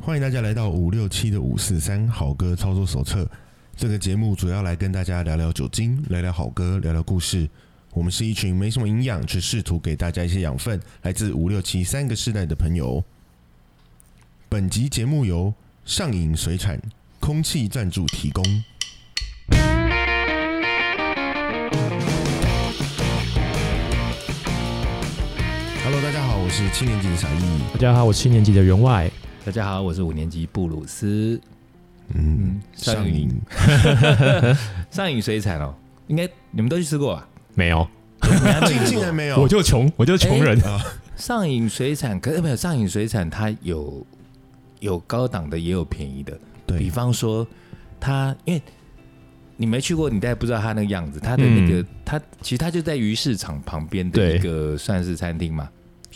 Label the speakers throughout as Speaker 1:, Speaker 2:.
Speaker 1: 欢迎大家来到五六七的五四三好歌操作手册。这个节目主要来跟大家聊聊酒精，聊聊好歌，聊聊故事。我们是一群没什么营养，却试图给大家一些养分，来自五六七三个世代的朋友。本集节目由上影水产空气赞助提供。Hello，大家好，我是七年级的傻义。
Speaker 2: 大家好，我七年级的员外，
Speaker 3: 大家好，我是五年级布鲁斯。
Speaker 1: 嗯
Speaker 3: 嗯，
Speaker 1: 上
Speaker 3: 上
Speaker 1: 瘾
Speaker 3: 瘾。上影水产哦，应该你们都去吃过吧？
Speaker 2: 没有，
Speaker 1: 竟竟然没有，
Speaker 2: 我就穷，我就是穷人，
Speaker 3: 上影水产，可是没有上影水产，它有有高档的，也有便宜的。比
Speaker 1: 对
Speaker 3: 方说，它因为你没去过，你大概不知道它那个样子。它的那个，
Speaker 2: 嗯
Speaker 3: 它其实它就在鱼市场旁边的
Speaker 2: 对
Speaker 3: 一个算是餐厅嘛，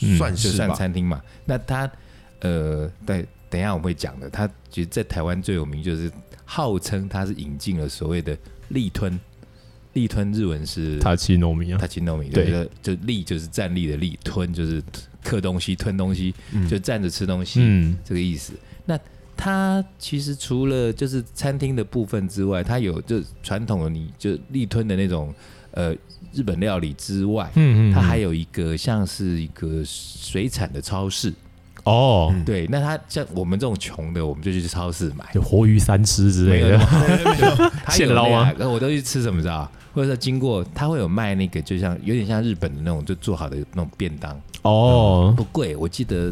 Speaker 2: 嗯
Speaker 1: 算
Speaker 3: 就是算
Speaker 1: 吧。
Speaker 3: 餐厅嘛。那它呃，对，等一下我们会讲的。它其实，在台湾最有名就是号称它是引进了所谓的立吞，立吞日文是
Speaker 2: 他吃糯米啊
Speaker 3: 它，其实 n o m
Speaker 2: 对
Speaker 3: 就是就立就是站立的立，吞就是嗑东西、吞东西，
Speaker 1: 嗯
Speaker 3: 就站着吃东西、
Speaker 2: 嗯，
Speaker 3: 这个意思。那它其实除了就是餐厅的部分之外，它有就传统的你就立吞的那种呃日本料理之外，
Speaker 2: 嗯
Speaker 3: 它还有一个像是一个水产的超市。
Speaker 2: 哦，
Speaker 1: 嗯
Speaker 3: 对，那它像我们这种穷的，我们就去超市买。
Speaker 2: 有活鱼三吃之类
Speaker 3: 没有
Speaker 2: 的，
Speaker 3: 他
Speaker 2: 现
Speaker 3: 有
Speaker 2: 捞啊
Speaker 3: 那个，我都去吃什么你知道？或者说经过，他会有卖那个，就像有点像日本的那种，就做好的那种便当，
Speaker 2: 哦
Speaker 3: 不贵，我记得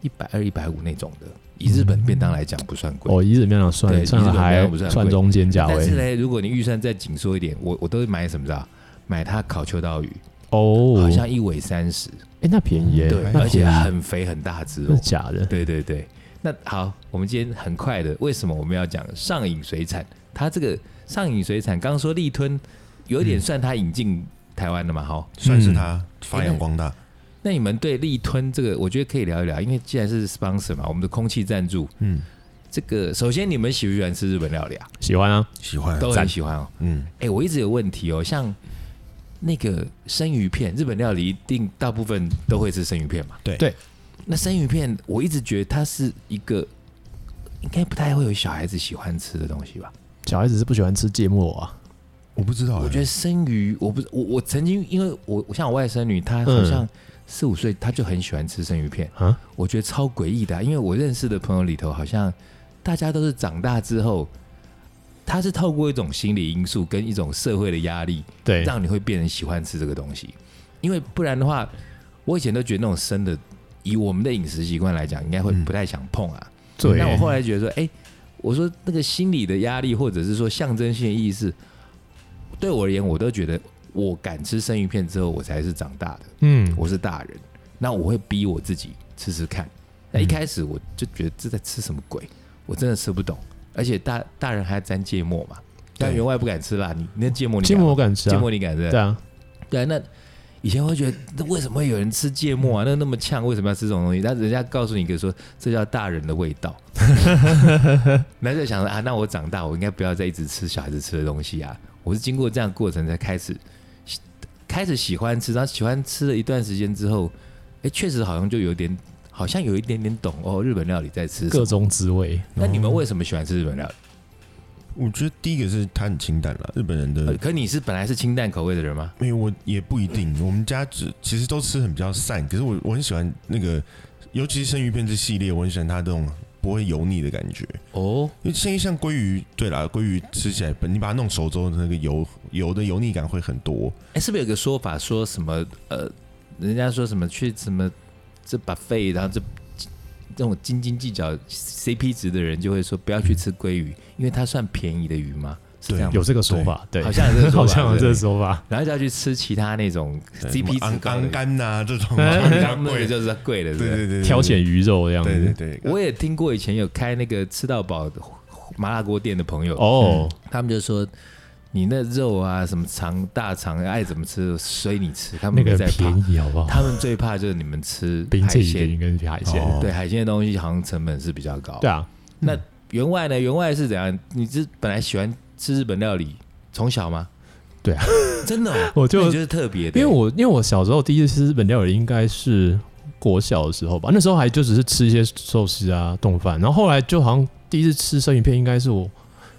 Speaker 3: 一百二、一百五那种的。以日本便当来讲，不算贵。
Speaker 2: 哦，以日面上算
Speaker 3: 嗯对
Speaker 2: 算
Speaker 3: 以日本
Speaker 2: 还
Speaker 3: 料不是很贵
Speaker 2: 算中间价
Speaker 3: 但是
Speaker 2: 位，
Speaker 3: 呢，如果你预算再紧缩一点，我我都会买什么知道？买它烤秋刀鱼，好
Speaker 2: 哦，
Speaker 3: 像一尾三十，
Speaker 2: 哎，那便宜耶，
Speaker 3: 对，
Speaker 2: 那
Speaker 3: 而且
Speaker 2: 便宜
Speaker 3: 很肥很大只
Speaker 2: 真
Speaker 3: 哦
Speaker 2: 的。假的，
Speaker 3: 对对对，那好，我们今天很快的，为什么我们要讲上影水产？它这个上影水产，刚刚说力吞，有一点算它引进台湾的嘛，哈、
Speaker 1: 算是他发扬光大。
Speaker 3: 那你们对力吞这个，我觉得可以聊一聊，因为既然是 sponsor 嘛，我们的空气赞助，
Speaker 1: 嗯，
Speaker 3: 这个首先你们喜不喜欢吃日本料理啊？
Speaker 2: 喜欢啊，
Speaker 1: 喜欢。
Speaker 3: 都很
Speaker 2: 赞
Speaker 3: 喜欢哦。
Speaker 1: 嗯，
Speaker 3: 哎、我一直有问题哦，像那个生鱼片，日本料理一定大部分都会吃生鱼片嘛。
Speaker 1: 对
Speaker 2: 对。
Speaker 3: 那生鱼片，我一直觉得它是一个应该不太会有小孩子喜欢吃的东西吧？
Speaker 2: 小孩子是不喜欢吃芥末啊，
Speaker 1: 我不知道欸，
Speaker 3: 我觉得生鱼，我不是我我曾经因为我我像我外甥女，她
Speaker 1: 嗯
Speaker 3: 好像四五岁，她就很喜欢吃生鱼片，
Speaker 2: 啊，
Speaker 3: 我觉得超诡异的啊、因为我认识的朋友里头，好像大家都是长大之后。它是透过一种心理因素跟一种社会的压力，
Speaker 2: 对，
Speaker 3: 让你会变成喜欢吃这个东西，因为不然的话，我以前都觉得那种生的，以我们的饮食习惯来讲，应该会
Speaker 1: 嗯
Speaker 3: 不太想碰啊。
Speaker 2: 对
Speaker 3: 但我后来觉得说，哎、我说那个心理的压力，或者是说象征性的意识，对我而言，我都觉得我敢吃生鱼片之后，我才是长大的，
Speaker 2: 嗯，
Speaker 3: 我是大人，那我会逼我自己吃吃看。
Speaker 2: 嗯
Speaker 3: 那一开始我就觉得这在吃什么鬼，我真的吃不懂，而且大大人还沾芥末嘛，但
Speaker 1: 对
Speaker 3: 员外不敢吃辣，你那芥末你
Speaker 2: 芥
Speaker 3: 敢
Speaker 2: 末
Speaker 3: 吗
Speaker 2: 我敢吃
Speaker 3: 芥
Speaker 2: 啊，
Speaker 3: 末你敢吃？
Speaker 2: 对啊，
Speaker 3: 对啊，那以前会觉得，那为什么会有人吃芥
Speaker 2: 嗯
Speaker 3: 末啊？那那么呛，为什么要吃这种东西？但人家告诉你一个说，这叫大人的味 道。那就想着啊，那我长大，我应该不要再一直吃小孩子吃的东西啊。我是经过这样的过程才开始喜开始喜欢吃，然后喜欢吃了一段时间之后，哎，确实好像就有点，好像有一点点懂哦，日本料理在吃什
Speaker 2: 各
Speaker 3: 么。
Speaker 2: 种滋味，
Speaker 3: 那你们为什么喜欢吃日本料理？
Speaker 1: 我觉得第一个是他很清淡了，日本人
Speaker 3: 呃
Speaker 2: 嗯
Speaker 1: 的。
Speaker 3: 可你是本来是清淡口味的人吗？
Speaker 1: 没有，我也不一定。我们家只其实都吃很比较散，可是我我很喜欢那个，尤其是生鱼片这系列，我很喜欢它这种不会油腻的感觉。
Speaker 3: 哦，
Speaker 1: 因为生鱼像鲑鱼，对啦，鲑鱼吃起来本你把它弄熟之后，那个油油的油腻感会很多。
Speaker 3: 哎、是不是有个说法说什么呃，人家说什么去什么这 buffet，然后这这种斤斤计较 CP 值的人就会说不要去吃鲑鱼，因为它算便宜的鱼吗？是这
Speaker 1: 对
Speaker 3: 样吗
Speaker 2: 有？这个说法，对，
Speaker 3: 好像有这个说
Speaker 2: 好
Speaker 3: 法
Speaker 2: 像有
Speaker 3: 对
Speaker 2: 这个说法，
Speaker 3: 然后就要去吃其他那种
Speaker 1: 对
Speaker 3: CP
Speaker 1: 什么
Speaker 3: 值
Speaker 1: 昂
Speaker 3: 高
Speaker 1: 昂
Speaker 3: 的，
Speaker 1: 干呐这种，
Speaker 2: 哎
Speaker 1: 比较
Speaker 3: 刚那
Speaker 1: 贵
Speaker 3: 个。就是贵的，是不
Speaker 1: 对
Speaker 3: 是
Speaker 1: 对对对，
Speaker 2: 挑选嗯鱼肉这样
Speaker 1: 对对
Speaker 2: 子，
Speaker 1: 对，
Speaker 3: 我也听过以前有开那个吃到饱的麻辣锅店的朋友，
Speaker 2: 哦，
Speaker 3: 他们就说你那肉啊什么肠大肠爱怎么吃随你吃，他们
Speaker 2: 那个
Speaker 3: 没在怕
Speaker 2: 便。宜好不好？
Speaker 3: 他们最怕就是你们吃
Speaker 2: 冰
Speaker 3: 海
Speaker 2: 淇
Speaker 3: 鲜，
Speaker 2: 淋跟海鲜，啊
Speaker 1: 哦
Speaker 3: 对海鲜的东西好像成本是比较高。
Speaker 2: 对，啊，
Speaker 3: 那员外呢？员外是怎样？你是本来喜欢吃日本料理，从小吗？
Speaker 2: 对啊，
Speaker 3: 真的哦、
Speaker 2: 我就啊
Speaker 3: 那你就是特别的，
Speaker 2: 因为我因为我小时候第一次吃日本料理应该是国小的时候吧，那时候还就只是吃一些寿司啊、冻饭，然后后来就好像第一次吃生鱼片，应该是我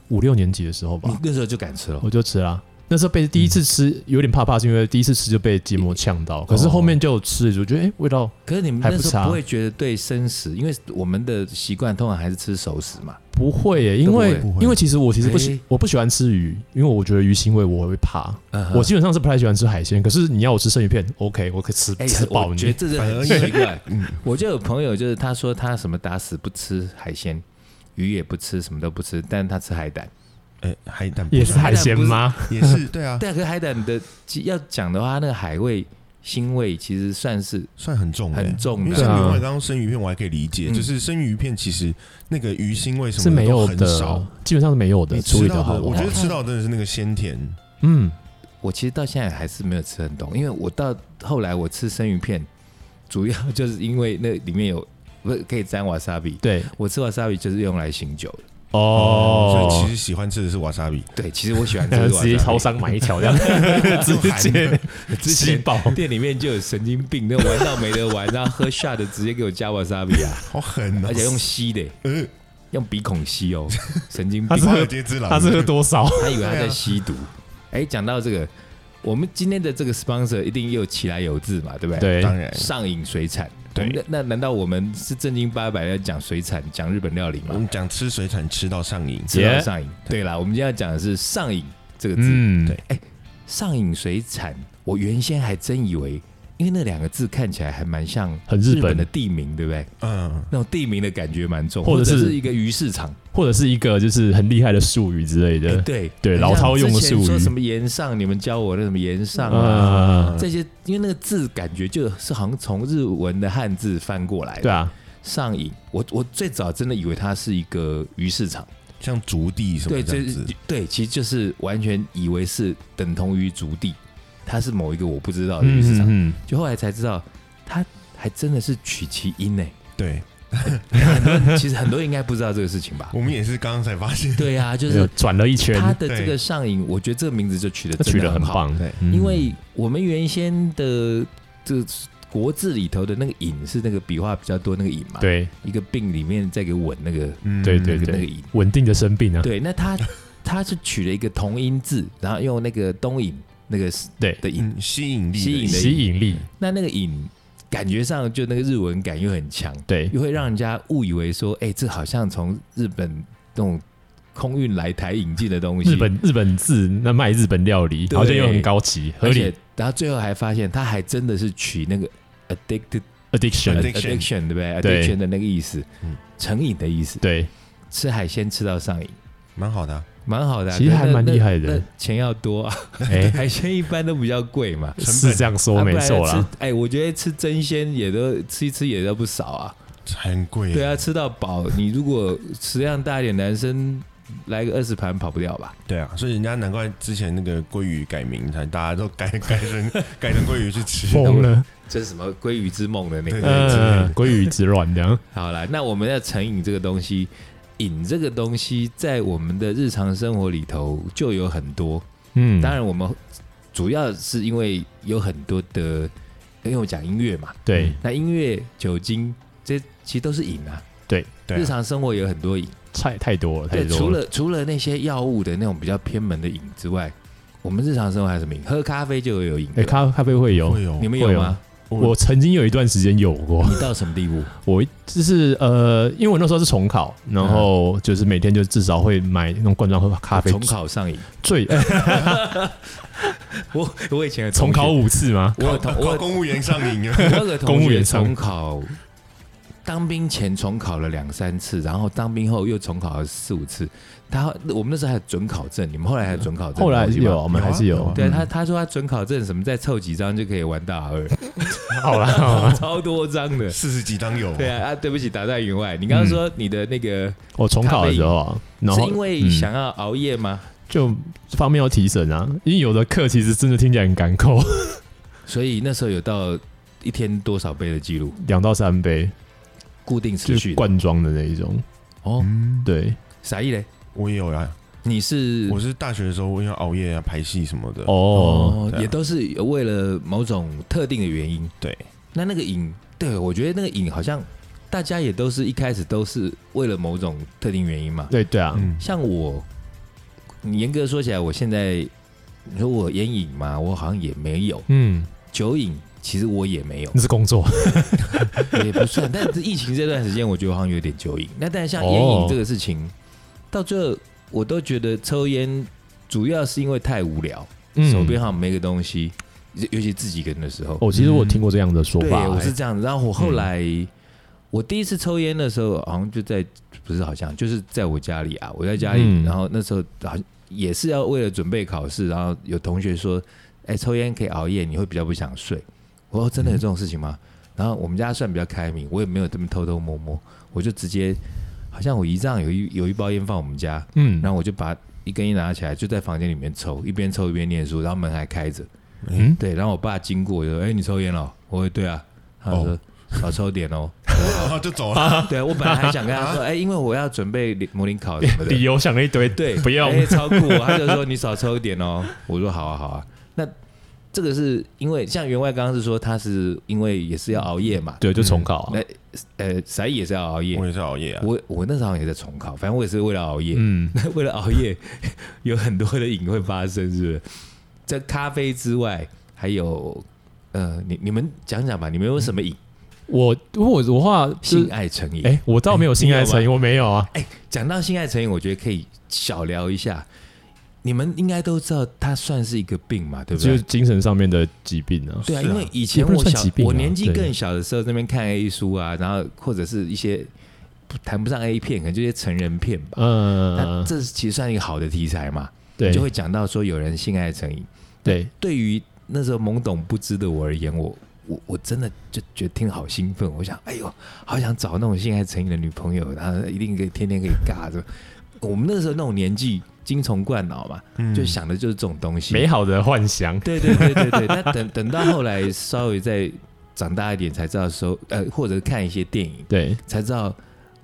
Speaker 2: 五六年级的时候吧
Speaker 3: 你，那时候就敢吃了
Speaker 2: 我就吃啦。那时候被第
Speaker 3: 嗯
Speaker 2: 一次吃有点怕怕，是因为第一次吃就被芥末呛到，可是后面就有吃，就觉得哎、诶味道
Speaker 3: 可是你们
Speaker 2: 还
Speaker 3: 那
Speaker 2: 不
Speaker 3: 时候
Speaker 2: 差啊
Speaker 3: 不会觉得对生食，因为我们的习惯通常还是吃熟食嘛。
Speaker 2: 不会耶、因
Speaker 3: 都
Speaker 2: 为
Speaker 1: 不会
Speaker 2: 因为其实我其实不喜、
Speaker 3: 诶
Speaker 2: 我不喜欢吃鱼，因为我觉得鱼腥味我会怕。呃我基本上是不太喜欢吃海鲜，可是你要我吃生鱼片，OK，我可以吃、
Speaker 3: 哎，
Speaker 2: 吃饱
Speaker 3: 我觉得
Speaker 2: 你。
Speaker 3: 这是
Speaker 1: 反而
Speaker 3: 很
Speaker 1: 因为
Speaker 3: 奇怪。
Speaker 1: 嗯
Speaker 3: 我就有朋友，就是他说他什么打死不吃海鲜，鱼也不吃，什么都不吃，但他吃海胆。
Speaker 2: 啊
Speaker 1: 哎，海胆不
Speaker 2: 也是
Speaker 1: 算
Speaker 2: 海鲜吗？
Speaker 1: 也是对啊，
Speaker 3: 但可是海胆的其要讲的话，它那个海味、腥味其实算是
Speaker 1: 算很重的，欸
Speaker 3: 很重的
Speaker 1: 因为像
Speaker 2: 对啊
Speaker 1: 刘伟刚刚生鱼片，我还可以理解，
Speaker 3: 嗯
Speaker 1: 就是生鱼片其实那个鱼腥味什
Speaker 2: 是
Speaker 1: 么
Speaker 2: 没
Speaker 1: 的都
Speaker 2: 有
Speaker 1: 很
Speaker 2: 的
Speaker 1: 少，，
Speaker 2: 基本上是没有的，
Speaker 1: 你
Speaker 2: 处
Speaker 1: 吃
Speaker 2: 理的
Speaker 1: 到
Speaker 2: 好
Speaker 1: 的，
Speaker 2: 不
Speaker 1: 我
Speaker 2: 好
Speaker 1: 觉得？吃到的真的是那个鲜甜，
Speaker 2: 嗯，
Speaker 3: 我其实到现在还是没有吃很懂，因为我到后来我吃生鱼片，主要就是因为那里面有不是可以沾瓦萨比，
Speaker 2: 对，
Speaker 3: 我吃瓦萨比就是用来醒酒的。
Speaker 2: 哦，
Speaker 1: 所以其实喜欢吃的是瓦萨比，
Speaker 3: 对，其实我喜 欢吃
Speaker 2: 直接超商买一条这样，直接
Speaker 3: 之
Speaker 2: 吸
Speaker 3: 前
Speaker 2: 饱。
Speaker 3: 店里面就有神经病，那玩到没得玩，然后喝 shot 的直接给我加瓦萨比啊，
Speaker 1: 好狠啊！
Speaker 3: 而 且用吸的，
Speaker 1: 呃，
Speaker 3: 用鼻孔吸哦，神经
Speaker 2: 他
Speaker 3: 病
Speaker 2: 是，
Speaker 1: 华尔街之狼，
Speaker 2: 他是喝多少？
Speaker 3: 他以为他
Speaker 1: 对
Speaker 3: 在
Speaker 1: 啊
Speaker 3: 吸毒。哎，讲到这个，我们今天的这个 sponsor 一定又其来有自嘛，对不对？
Speaker 2: 对，
Speaker 1: 当然
Speaker 3: 上瘾水产。哦
Speaker 1: 对
Speaker 3: 那那难道我们是正经八百要讲水产、讲日本料理
Speaker 1: 我
Speaker 3: 吗？
Speaker 1: 们讲吃水产吃到上瘾，
Speaker 3: 吃到
Speaker 2: Yeah
Speaker 3: 上瘾。对啦，我们今天要讲的是上瘾这个字。哎
Speaker 2: 嗯，
Speaker 1: 对
Speaker 3: 上瘾水产，我原先还真以为，因为那两个字看起来还蛮像
Speaker 2: 很日
Speaker 3: 日
Speaker 2: 本
Speaker 3: 本的地名，对不对？
Speaker 1: 嗯，
Speaker 3: 那种地名的感觉蛮重，
Speaker 2: 或
Speaker 3: 或
Speaker 2: 者是
Speaker 3: 是一个鱼市场。
Speaker 2: 或者是一个就是很厉害的术语之类
Speaker 3: 哎
Speaker 2: 的，
Speaker 3: 对
Speaker 2: 对
Speaker 3: 很
Speaker 2: 老
Speaker 3: 像
Speaker 2: 饕用的
Speaker 3: 之前
Speaker 2: 术语
Speaker 3: 说什么盐上，你们教我那什么盐上啊，
Speaker 2: 啊，
Speaker 3: 这些，因为那个字感觉就是好像从日文的汉字翻过来的
Speaker 2: 对。啊，
Speaker 3: 上瘾，我我最早真的以为它是一个鱼市场，
Speaker 1: 像竹地什么
Speaker 3: 对，
Speaker 1: 这
Speaker 3: 这
Speaker 1: 样子，
Speaker 3: 对，其实就是完全以为是等同于竹地，它是某一个我不知道的鱼市场，
Speaker 2: 嗯，
Speaker 3: 就后来才知道，它还真的是取其音呢。
Speaker 1: 对
Speaker 3: 很多人其实很多人应该不知道这个事情 吧？
Speaker 1: 我们也是刚刚才发现，
Speaker 3: 对啊，就
Speaker 2: 嗯有
Speaker 3: 是
Speaker 2: 转了一圈，
Speaker 3: 它的这个上瘾，我觉得这个名字就取的
Speaker 2: 取
Speaker 3: 真
Speaker 2: 得
Speaker 3: 的
Speaker 2: 很
Speaker 3: 好，
Speaker 2: 棒
Speaker 1: 对，
Speaker 2: 嗯
Speaker 3: 因为我们原先的这国字里头的那个瘾是那个笔画比较多那个瘾嘛，，
Speaker 2: 对
Speaker 3: 一个病里面再给吻那个
Speaker 1: 嗯
Speaker 2: 对对
Speaker 3: 那个
Speaker 2: 对
Speaker 3: 瘾。
Speaker 2: 稳定的生病啊，
Speaker 3: 对，那他他是取了一个同音字，然后用那个东引那个
Speaker 2: 对，
Speaker 3: 的引，
Speaker 1: 嗯，吸引力的，
Speaker 3: 吸引的
Speaker 2: 吸引力，
Speaker 3: 那那个引感觉上就那个日文感又很强，
Speaker 2: 对
Speaker 3: 又会让人家误以为说，哎、这好像从日本那种空运来台引进的东西，
Speaker 2: 日本日本字那卖日本料理，
Speaker 3: 对
Speaker 2: 好像又很高级，合
Speaker 3: 而
Speaker 2: 理
Speaker 3: 且然后最后还发现他还真的是取那个 addicted
Speaker 2: addiction，
Speaker 1: Addic- Addiction
Speaker 3: addiction 对不对
Speaker 2: 对
Speaker 3: ？addiction 的那个意思
Speaker 1: 嗯，
Speaker 3: 成瘾的意思，
Speaker 2: 对，
Speaker 3: 吃海鲜吃到上瘾。
Speaker 1: 蛮好的啊，
Speaker 3: 蛮好的啊、
Speaker 2: 其实
Speaker 3: 可是
Speaker 2: 还
Speaker 3: 那
Speaker 2: 蛮
Speaker 3: 那
Speaker 2: 厉害的
Speaker 3: 那钱要多啊，
Speaker 2: 哎，
Speaker 3: 海鲜一般都比较贵嘛。
Speaker 1: 成
Speaker 2: 是
Speaker 1: 本
Speaker 2: 这样说没错
Speaker 3: 啊不然
Speaker 2: 啦
Speaker 3: 吃，哎、我觉得吃真鲜也都吃一吃也都不少啊。
Speaker 1: 很贵，
Speaker 3: 对啊，，吃到饱，你如果食量大一点，男生来个二十盘跑不掉吧？
Speaker 1: 对啊，所以人家难怪之前那个鲑鱼改名，才大家都改 改成改成鲑鱼去吃，
Speaker 2: 疯了，
Speaker 3: 这是什么鲑鱼之梦的那
Speaker 1: 对之
Speaker 3: 个？
Speaker 1: 类的
Speaker 2: 嗯， 鲑鱼之乱这样，
Speaker 3: 好啦，那我们要成瘾这个东西，瘾这个东西在我们的日常生活里头就有很多。
Speaker 2: 嗯，
Speaker 3: 当然，我们主要是因为有很多的，因为我讲音乐嘛，
Speaker 2: 对
Speaker 3: 那音乐、酒精这些其实都是瘾啊。
Speaker 1: 对啊
Speaker 3: 日常生活也有很多瘾，
Speaker 2: 太太多了，太
Speaker 3: 对，
Speaker 2: 多，
Speaker 3: 除了除了那些药物的那种比较偏门的瘾之外，我们日常生活还有什么瘾？喝咖啡就有瘾，
Speaker 2: 哎，
Speaker 3: 对吧
Speaker 2: 咖咖啡会啊有
Speaker 1: 会，有
Speaker 3: 你们有吗？
Speaker 2: 我曾经有一段时间有过，
Speaker 3: 你到什么 地步？
Speaker 2: 我就是呃，因为我那时候是重考，然后就是每天就至少会买那种罐装喝咖啡。
Speaker 3: 嗯重考上瘾。
Speaker 2: 最 呃
Speaker 3: 我我以前的同
Speaker 2: 重
Speaker 3: 学
Speaker 2: 考，五次吗？
Speaker 3: 我有同我
Speaker 1: 考
Speaker 3: 有
Speaker 1: 公务员上瘾 啊，
Speaker 3: 我有个同
Speaker 2: 公务
Speaker 3: 学
Speaker 2: 员上
Speaker 3: 重考，当兵前重考了两三次，然后当兵后又重考了四五次。他我们那时候还有准考证，你们后来还有准考证？
Speaker 2: 后来还是
Speaker 3: 记得
Speaker 2: 有，嗯
Speaker 3: 吗
Speaker 2: 我们还是
Speaker 1: 有
Speaker 2: 有
Speaker 1: 啊。
Speaker 3: 对他，他说他准考证什么，再凑几张就可以玩大二，
Speaker 2: 嗯好啦好 啦，
Speaker 3: 超多张 的。
Speaker 1: 四十几张有，
Speaker 3: 对啊啊，对不起，打断云外。你刚刚说你的那个、
Speaker 2: 我重考的时候啊，然
Speaker 3: 是
Speaker 2: 后
Speaker 3: 因为
Speaker 2: 嗯
Speaker 3: 想要熬夜吗？
Speaker 2: 就方面要提神啊，因为有的课其实真的听起来很干口，
Speaker 3: 所以那时候有到一天多少杯的记录，
Speaker 2: 两到三杯，
Speaker 3: 固定持
Speaker 2: 就
Speaker 3: 续
Speaker 2: 是
Speaker 3: 的
Speaker 2: 罐装的那一种。
Speaker 3: 哦。
Speaker 1: 嗯，
Speaker 2: 对，
Speaker 3: 啥意嘞？
Speaker 1: 我也有啊，
Speaker 3: 你是
Speaker 1: 我是大学的时候，我因为熬夜啊、排戏什么的，
Speaker 2: 哦，
Speaker 1: 对啊
Speaker 3: 也都是为了某种特定的原因。
Speaker 1: 对，
Speaker 3: 那那个瘾对，我觉得那个瘾好像大家也都是一开始都是为了某种特定原因嘛。
Speaker 2: 对对啊，
Speaker 1: 嗯，
Speaker 3: 像我，你严格说起来，我现在你说我烟瘾嘛，我好像也没有；
Speaker 2: 嗯，
Speaker 3: 酒瘾其实我也没有，
Speaker 2: 那是工作，
Speaker 3: 也不算。但是疫情这段时间，我觉得我好像有点酒瘾。那但是像
Speaker 2: 哦
Speaker 3: 烟瘾这个事情，到这我都觉得抽烟主要是因为太无聊，
Speaker 2: 嗯
Speaker 3: 手边好像没个东西，尤尤其自己一个人的时候。
Speaker 2: 哦，其实我有听过这样的说
Speaker 3: 对，
Speaker 2: 法，哎
Speaker 3: 我是这样子。然后我后来、我第一次抽烟的时候，好像就在不是好像就是在我家里啊，我在家里，
Speaker 2: 嗯
Speaker 3: 然后那时候好像也是要为了准备考试，然后有同学说，哎、抽烟可以熬夜，你会比较不想睡。我说哦真的有这种事情吗？然后我们家算比较开明，我也没有这么偷偷摸摸，我就直接好像我姨丈有一有一包烟放我们家，
Speaker 2: 嗯，
Speaker 3: 然后我就把一根烟拿起来，就在房间里面抽，一边抽一边念书，然后门还开着。
Speaker 2: 嗯，
Speaker 3: 对，然后我爸经过，我就说：“哎、你抽烟了哦？”我说：“对啊。”他说：“
Speaker 1: 哦
Speaker 3: 少抽 点哦。
Speaker 1: 然后就走啊 了。
Speaker 3: 对，我本来还想跟他说：“哎、因为我要准备模拟考什么 的。
Speaker 2: 理由想了一堆，”
Speaker 3: 对，
Speaker 2: 啊不要
Speaker 3: 哎、超酷哦。他就说：“你少抽一点哦。”我说：“好啊，好啊。”那这个是因为像员外刚刚是说，他是因为也是要熬夜嘛，
Speaker 2: 对，就重考啊，
Speaker 3: 那呃，才也是要熬夜
Speaker 1: 我。也是熬夜啊，
Speaker 3: 我我那时候好像也在重考，反正我也是为了熬夜。
Speaker 2: 嗯，
Speaker 3: 那 为了熬夜，有很多的瘾会发生，是不是？在咖啡之外，还有呃，你你们讲讲吧，你们有什么瘾？
Speaker 2: 我如果我的话
Speaker 3: 性
Speaker 2: 嗯是，
Speaker 3: 爱成瘾。
Speaker 2: 哎，我倒没有性爱成
Speaker 3: 你
Speaker 2: 瘾，我没有啊，
Speaker 3: 讲到性爱成瘾，我觉得可以小聊一下。你们应该都知道，它算是一个病嘛，对不
Speaker 2: 就是
Speaker 3: 对？
Speaker 2: 精神上面的疾病啊，
Speaker 3: 对啊，
Speaker 1: 是啊
Speaker 3: 因为以
Speaker 2: 也
Speaker 3: 前
Speaker 2: 不能
Speaker 3: 我
Speaker 2: 算
Speaker 3: 小
Speaker 2: 疾，病啊
Speaker 3: 我年纪
Speaker 2: 对
Speaker 3: 更小的时候，那边看 A 书啊，然后或者是一些不谈不上 A 片，可能就是成人片吧。那
Speaker 2: 嗯，
Speaker 3: 这其实算一个好的题材嘛，
Speaker 2: 对，
Speaker 3: 就会讲到说有人性爱成瘾。
Speaker 2: 对，
Speaker 3: 对于那时候懵懂不知的我而言，我我我真的就觉得听得好兴奋，我想，哎呦，好想找那种性爱成瘾的女朋友，然后一定可以天天可以尬着。我们那时候那种年纪，精虫灌脑嘛，
Speaker 1: 嗯
Speaker 3: 就想的就是这种东西。
Speaker 2: 美好的幻想，
Speaker 3: 对对对对对。那等等到后来稍微再长大一点，才知道说，呃，或者看一些电影，
Speaker 2: 对，
Speaker 3: 才知道，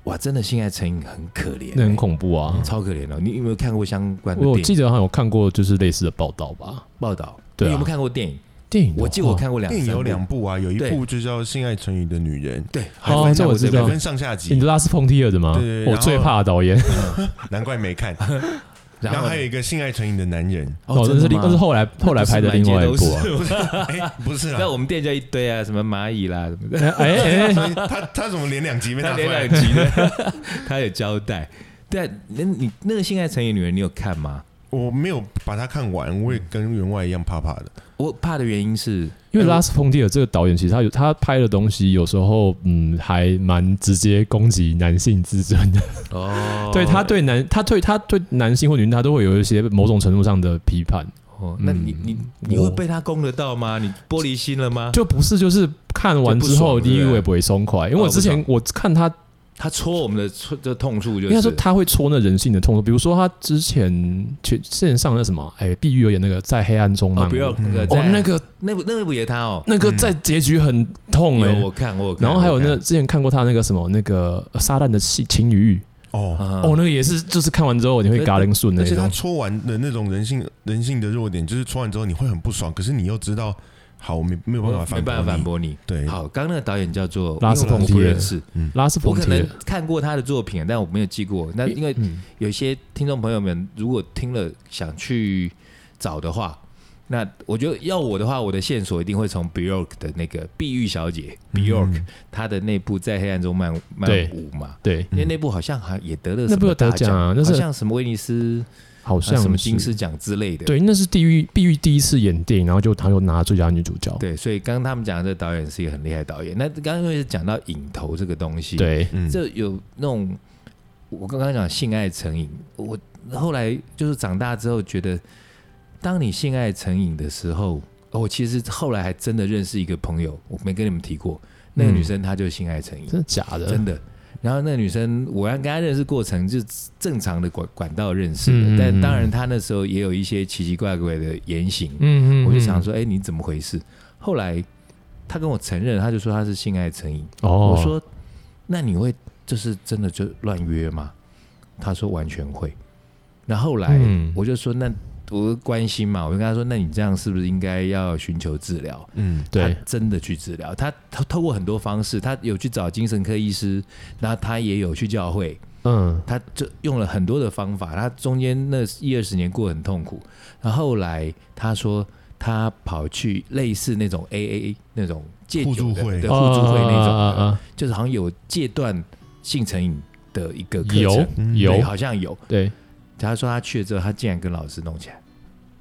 Speaker 3: 哇，真的性爱成瘾很可怜、
Speaker 2: 那很恐怖啊
Speaker 3: 嗯，超可怜哦。你有没有看过相关的
Speaker 2: 我
Speaker 3: 电
Speaker 2: 记
Speaker 3: 影
Speaker 2: 得好像有看过就是类似的报道吧，
Speaker 3: 报道？
Speaker 2: 对啊
Speaker 3: 你有没有看过电影？
Speaker 2: 电影的话，
Speaker 3: 我记得我看过两
Speaker 1: 电影
Speaker 3: 三
Speaker 1: 有
Speaker 3: 部
Speaker 1: 两部啊，有一
Speaker 3: 对
Speaker 1: 部就叫《性爱成瘾的女人
Speaker 3: 对，
Speaker 2: 哦
Speaker 3: 还分
Speaker 2: 这
Speaker 3: 享
Speaker 2: 我知道
Speaker 1: 有
Speaker 3: 这
Speaker 1: 分上下
Speaker 2: 你
Speaker 1: 集，
Speaker 2: 的拉斯冯提尔的吗
Speaker 1: 对对？对
Speaker 2: 我最
Speaker 1: 然后
Speaker 2: 怕的导演，
Speaker 1: 嗯难怪没看。
Speaker 3: 个，
Speaker 1: 然后
Speaker 3: 呢
Speaker 1: 还有一个《性爱成瘾的男人》
Speaker 2: 哦，这
Speaker 3: 真
Speaker 2: 是
Speaker 3: 的
Speaker 2: 另，
Speaker 3: 吗
Speaker 2: 这是后来后来拍的另外一部啊。
Speaker 3: 那不是满街都是
Speaker 1: 哎，不 是
Speaker 3: 在
Speaker 1: 啦，
Speaker 3: 我们店就一堆啊，什么蚂蚁啦什么的，
Speaker 2: 哎哎，哎
Speaker 1: 他他怎么连两集没
Speaker 3: 他
Speaker 1: 拿出
Speaker 3: 连
Speaker 1: 来
Speaker 3: 两？集的，他有交代。对啊，那你那个《性爱成瘾女人》，你有看吗？
Speaker 1: 我没有把它看完，我也跟员外一样怕怕的。
Speaker 3: 我怕的原因是，
Speaker 2: 因为拉斯冯提尔这个导演，其实他有他拍的东西，有时候嗯，还蛮直接攻击男性自尊的。
Speaker 3: 哦
Speaker 2: 对他对男，他对他对男性或女性，他都会有一些某种程度上的批判，
Speaker 3: 哦，那你
Speaker 2: 嗯
Speaker 3: 你你会
Speaker 2: 我
Speaker 3: 被他攻得到吗？你玻璃心了吗？
Speaker 2: 就不是就是看完之后
Speaker 3: 就不爽对
Speaker 2: 第一
Speaker 3: 不对哦
Speaker 2: 我也不会松快，因为我之前我看他，
Speaker 3: 他戳我们的戳这痛处就
Speaker 2: 应该说
Speaker 3: 是，
Speaker 2: 他会戳那人性的痛处，比如说他之前去线上那什么，哎，碧玉有演那个在黑暗中漫
Speaker 3: 哦，
Speaker 2: 舞，
Speaker 3: 不要那个
Speaker 2: 哦
Speaker 3: 在
Speaker 2: 那个
Speaker 3: 那部那部也他哦，
Speaker 2: 那个在结局很痛哎、
Speaker 3: 有我看我有看，
Speaker 2: 然后还有
Speaker 3: 我
Speaker 2: 那
Speaker 3: 看
Speaker 2: 个之前看过他那个什么那个呃撒旦的戏情与欲，
Speaker 1: 哦，
Speaker 3: 啊
Speaker 2: 哦，那个也是就是看完之后你会
Speaker 3: 对
Speaker 2: 嘎铃顺的
Speaker 1: 而
Speaker 2: 那
Speaker 1: 且他
Speaker 2: 种，
Speaker 1: 戳完的那种人性人性的弱点，就是戳完之后你会很不爽，可是你又知道，好，我没没有办法
Speaker 3: 我
Speaker 1: 反
Speaker 3: 啊没办法反
Speaker 1: 驳
Speaker 3: 驳你。
Speaker 1: 你。对，
Speaker 3: 好，刚刚那个导演叫做
Speaker 2: 拉斯
Speaker 3: 因为我
Speaker 2: 冯提
Speaker 3: 不
Speaker 2: 耶
Speaker 3: 认识，
Speaker 2: 拉斯
Speaker 3: 我
Speaker 2: 冯
Speaker 3: 可
Speaker 2: 提尔
Speaker 3: 能，看过他的作品，但我没有记过。那因为
Speaker 2: 嗯，
Speaker 3: 有些听众朋友们如果听了想去找的话，那我觉得要我的话，我的线索一定会从 Bjork 的那个《碧玉小姐》Bjork 她的那部在黑暗中漫
Speaker 2: 嗯
Speaker 3: 漫
Speaker 2: 对
Speaker 3: 舞嘛，
Speaker 2: 对，
Speaker 3: 因为那部好像还也得了
Speaker 2: 那
Speaker 3: 什
Speaker 2: 部
Speaker 3: 么
Speaker 2: 有得
Speaker 3: 大
Speaker 2: 奖啊那是
Speaker 3: 好像什么威尼斯、
Speaker 2: 好
Speaker 3: 啊、
Speaker 2: 像
Speaker 3: 什么
Speaker 2: 是
Speaker 3: 金狮奖之类的。
Speaker 2: 对，那是地狱地狱第一次演电影，然后就他又拿最佳女主角，
Speaker 3: 对，所以刚刚他们讲的这个导演是一个很厉害的导演。那刚刚因为是讲到影头这个东西，
Speaker 2: 对，
Speaker 1: 嗯，
Speaker 3: 这有那种我刚刚讲性爱成瘾，我后来就是长大之后觉得，当你性爱成瘾的时候，哦我其实后来还真的认识一个朋友，我没跟你们提过，那个
Speaker 2: 嗯
Speaker 3: 女生她就性爱成瘾，
Speaker 2: 真的假的？
Speaker 3: 真的。然后那个女生，我跟她认识过程就是正常的管管道认识的，
Speaker 2: 嗯嗯嗯
Speaker 3: 但当然她那时候也有一些奇奇怪怪的言行，
Speaker 2: 嗯，嗯嗯，
Speaker 3: 我就想说，哎、你怎么回事？后来她跟我承认，她就说她是性爱成瘾，
Speaker 2: 哦，
Speaker 3: 我说：“那你会就是真的就乱约吗？”他说：“完全会。”那后来
Speaker 2: 嗯
Speaker 3: 我就说：“那我关心嘛，我就跟他说，那你这样是不是应该要寻求治疗？
Speaker 1: 嗯，
Speaker 2: 对
Speaker 3: 他，真的去治疗。他他透过很多方式，他有去找精神科医师，那他也有去教会，
Speaker 2: 嗯，
Speaker 3: 他就用了很多的方法。他中间那一二十年过得很痛苦，然后后来他说他跑去类似那种 AA 那种戒酒
Speaker 1: 互
Speaker 3: 的
Speaker 1: 助会
Speaker 3: 对互助会那种，
Speaker 2: 啊啊啊
Speaker 3: 就是好像有戒断性成瘾的一个课程
Speaker 2: 有
Speaker 1: 嗯
Speaker 3: 对
Speaker 2: 有，
Speaker 3: 好像有。
Speaker 2: 对，
Speaker 3: 他说他去了之后，他竟然跟老师弄起来。嗯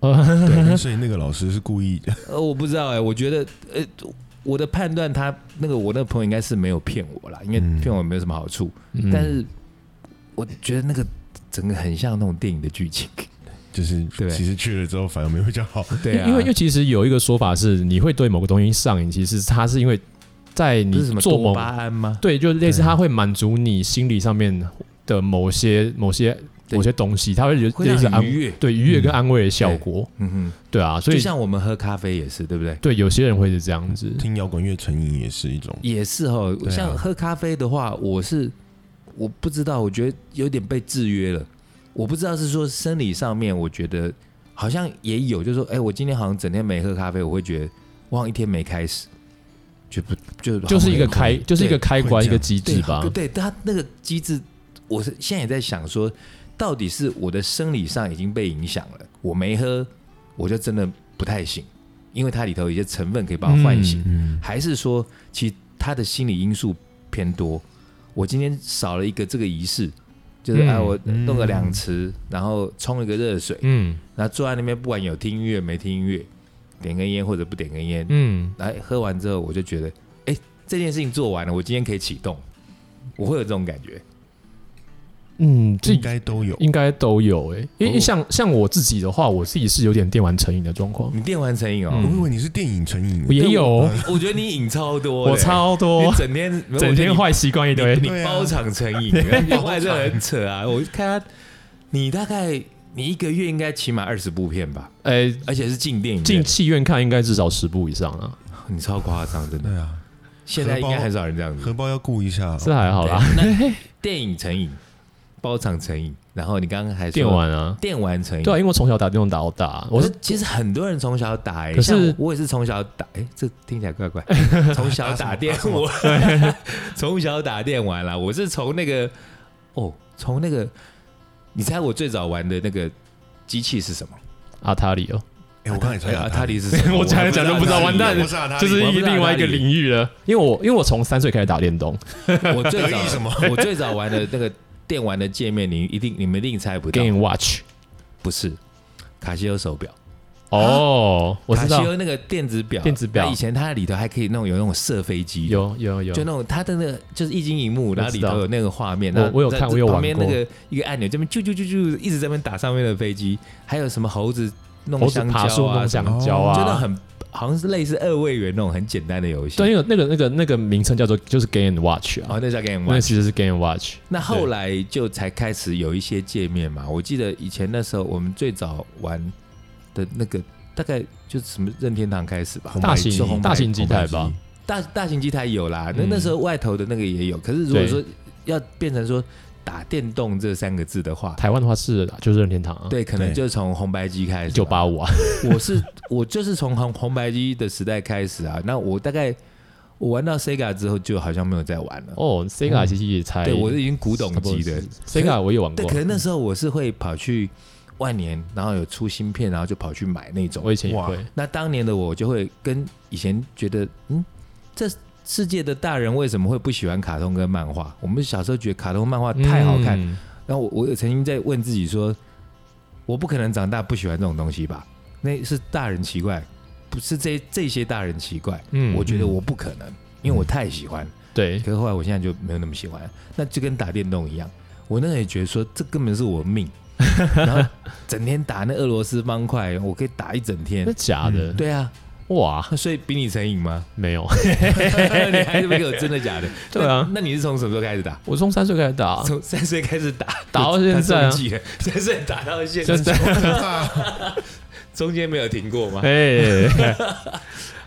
Speaker 2: 呃
Speaker 1: 对，所以那个老师是故意的，
Speaker 3: 呃，我不知道哎、我觉得呃，我的判断他那个我那个朋友应该是没有骗我啦，因为
Speaker 1: 嗯
Speaker 3: 骗我没有什么好处。
Speaker 2: 嗯
Speaker 3: 但是我觉得那个整个很像那种电影的剧 情。
Speaker 1: 就是
Speaker 3: 对
Speaker 1: 其实去了之后反而没有比较好。
Speaker 3: 对啊
Speaker 2: 因为因为其实有一个说法是，你会对某个东西上瘾，其实它是因为在
Speaker 3: 不
Speaker 2: 你
Speaker 3: 是什么
Speaker 2: 做
Speaker 3: 多
Speaker 2: 某
Speaker 3: 巴胺吗？
Speaker 2: 对，就类似
Speaker 1: 对
Speaker 2: 它会满足你心理上面的某些某些
Speaker 3: 对
Speaker 2: 某些东西，它会有
Speaker 3: 会
Speaker 2: 类似
Speaker 3: 让
Speaker 2: 安
Speaker 3: 你愉悦。
Speaker 2: 对愉悦跟安慰的效果，
Speaker 3: 嗯哼，
Speaker 2: 对啊，所
Speaker 3: 就
Speaker 2: 以
Speaker 3: 像我们喝咖啡也是，对不对？
Speaker 2: 对有些人会是这样子，
Speaker 1: 听摇滚乐成瘾也是一种，
Speaker 3: 也是哦，
Speaker 1: 对啊
Speaker 3: 像喝咖啡的
Speaker 2: 啊
Speaker 3: 话，我是我不知道，我觉得有点被制约了。我不知道是说生理上面，我觉得好像也有，就是说，哎、我今天好像整天没喝咖啡，我会觉得我好像一天没开始，就不就
Speaker 2: 就是一个开就是一个开关
Speaker 1: 会这
Speaker 2: 一个
Speaker 1: 样
Speaker 2: 机
Speaker 3: 对
Speaker 2: 制吧
Speaker 3: 对，它那个机制，我是现在也在想说，到底是我的生理上已经被影响了，我没喝，我就真的不太行，因为它里头有一些成分可以把我唤醒。
Speaker 1: 嗯，
Speaker 3: 还是说，其实他的心理因素偏多。我今天少了一个这个仪式，就是
Speaker 2: 嗯
Speaker 3: 哎、啊，我
Speaker 1: 嗯
Speaker 3: 弄个两匙，然后冲一个热水，
Speaker 2: 嗯
Speaker 3: 然后坐在那边，不管有听音乐没听音乐，点根烟或者不点根烟，
Speaker 2: 嗯，
Speaker 3: 来喝完之后，我就觉得，哎、这件事情做完了，我今天可以启动，我会有这种感觉。
Speaker 2: 嗯，这
Speaker 1: 应该都有。
Speaker 2: 应该都有诶、因
Speaker 3: 哦
Speaker 2: 为像像我自己的话，我自己是有点电玩成瘾的状况，
Speaker 3: 你电玩成瘾哦，
Speaker 1: 我
Speaker 2: 嗯
Speaker 1: 以为你是电影成瘾，
Speaker 2: 我也有，
Speaker 3: 我觉得你瘾超多的，
Speaker 2: 我超多
Speaker 3: 你，整天
Speaker 2: 整天。坏习惯一
Speaker 3: 我觉
Speaker 2: 堆
Speaker 3: 得你，你
Speaker 1: 对
Speaker 3: 你
Speaker 1: 啊
Speaker 3: 包场成瘾，包场这很扯啊！我看他，你大概你一个月应该起码二十部片吧，
Speaker 2: 诶、
Speaker 3: 而且是进电影
Speaker 2: 哎进
Speaker 3: 院，
Speaker 2: 戏院看应该至少十部以上啊，
Speaker 3: 你超夸张，真的。
Speaker 1: 对啊，
Speaker 3: 现在应该很少人这样子。
Speaker 1: 荷包要顾一下。哦
Speaker 2: 这还好啦。
Speaker 3: 那电影成瘾，包场成瘾，然后你刚刚还说
Speaker 2: 电玩啊，
Speaker 3: 电玩成瘾，
Speaker 2: 对啊，因为我从小打电动打到大，我
Speaker 3: 我
Speaker 2: 是
Speaker 3: 是其实很多人从小打、欸，
Speaker 2: 可是
Speaker 3: 像我我也是从小打，哎、这听起来怪 怪。从小打电我从小打电玩啦。我是从那个哦，从那个，你猜我最早玩的那个机器是什么？
Speaker 2: 阿塔里哦，
Speaker 1: 哎，我刚才才
Speaker 3: 啊，
Speaker 1: 讲
Speaker 3: 塔里是什 么？
Speaker 2: 我讲
Speaker 3: 还
Speaker 2: 一讲就不知道
Speaker 3: 哪
Speaker 2: 完
Speaker 3: 里
Speaker 2: 蛋了
Speaker 1: 不是啊，
Speaker 2: 就是
Speaker 3: 我不知道
Speaker 2: 另外一个
Speaker 3: 阿塔里
Speaker 2: 领域了。因为我因为我从三岁开始打电动，
Speaker 3: 啊我最
Speaker 1: 得
Speaker 3: 早
Speaker 1: 意什么？
Speaker 3: 我最早玩的那个电玩的界面，你一定你们一定猜不到，
Speaker 2: Game Watch
Speaker 3: 不是卡西欧手表，
Speaker 2: 哦，我知
Speaker 3: 啊卡
Speaker 2: 道
Speaker 3: 西欧那个电子表，
Speaker 2: 电子表
Speaker 3: 那以前它里头还可以弄有那种射飞机，
Speaker 2: 有有有
Speaker 3: 就，那种它的那个就是液晶荧幕，然后里头有那个画面，
Speaker 2: 我
Speaker 3: 然后
Speaker 2: 我有看
Speaker 3: 在
Speaker 2: 我有玩
Speaker 3: 旁边那
Speaker 2: 过
Speaker 3: 个一个按钮，这边啾啾啾啾一直在那边打上面的飞机，还有什么猴子弄
Speaker 2: 猴子
Speaker 3: 香蕉
Speaker 2: 爬树
Speaker 3: 啊
Speaker 2: 弄
Speaker 3: 什
Speaker 2: 香
Speaker 3: 么，
Speaker 2: 蕉
Speaker 1: 哦
Speaker 3: 就那种
Speaker 2: 啊，
Speaker 3: 很好像是类似二位元那种很简单的游戏。
Speaker 2: 对，因为那个那个那个名称叫做就是 Game Watch 啊，
Speaker 3: 哦，那叫 Game
Speaker 2: 那
Speaker 3: Watch。
Speaker 2: 其实是 Game Watch，
Speaker 3: 那后来就才开始有一些界面嘛。我记得以前那时候我们最早玩的那个大概就是什么任天堂开始吧
Speaker 1: 红，
Speaker 2: 大
Speaker 1: 白机
Speaker 2: 型大型机台吧，
Speaker 3: 大大型机台有啦，那
Speaker 2: 嗯
Speaker 3: 那时候外头的那个也有。可是如果说要变成说打电动这三个字的话，
Speaker 2: 台湾的话是就是任天堂啊，
Speaker 3: 对，可能
Speaker 1: 对
Speaker 3: 就从红白机开始。
Speaker 2: 一九，八五啊，
Speaker 3: 我是我就是从红红白机的时代开始啊。那我大概我玩到 Sega 之后，就好像没有再玩了。
Speaker 2: 哦，Sega 其实也才
Speaker 3: 对我是已经古董级的，
Speaker 2: Sega 啊我也玩
Speaker 3: 对，
Speaker 2: 过嗯
Speaker 3: 可，是那时候我是会跑去万年，然后有出芯片，然后就跑去买那种
Speaker 2: 我。以前也
Speaker 1: 哇
Speaker 2: 会，
Speaker 3: 那当年的我就会跟以前觉得，嗯，这世界的大人为什么会不喜欢卡通跟漫画？我们小时候觉得卡通漫画太好看，
Speaker 2: 嗯
Speaker 3: 然后我我也曾经在问自己说，我不可能长大不喜欢这种东西吧？那是大人奇怪，不是这这些大人奇怪。
Speaker 2: 嗯
Speaker 3: 我觉得我不可能，因为我太喜欢。
Speaker 2: 对，
Speaker 3: 可是后来我现在就没有那么喜欢，那就跟打电动一样，我那时候也觉得说这根本是我命，然后整天打那俄罗斯方块，我可以打一整天
Speaker 2: 真的。假的？
Speaker 3: 对啊，
Speaker 2: 哇，
Speaker 3: 所以比你成瘾吗？
Speaker 2: 没有，
Speaker 3: 你还是没有真的假的？
Speaker 2: 对啊
Speaker 3: 那，那你是从什么时候开始打？
Speaker 2: 我从三岁开始打，
Speaker 3: 从三岁开始打，
Speaker 2: 打到现在啊
Speaker 3: 他中计了三岁打到现
Speaker 2: 就
Speaker 3: 在，
Speaker 2: 是
Speaker 3: 中间没有停过 吗？
Speaker 2: 哎，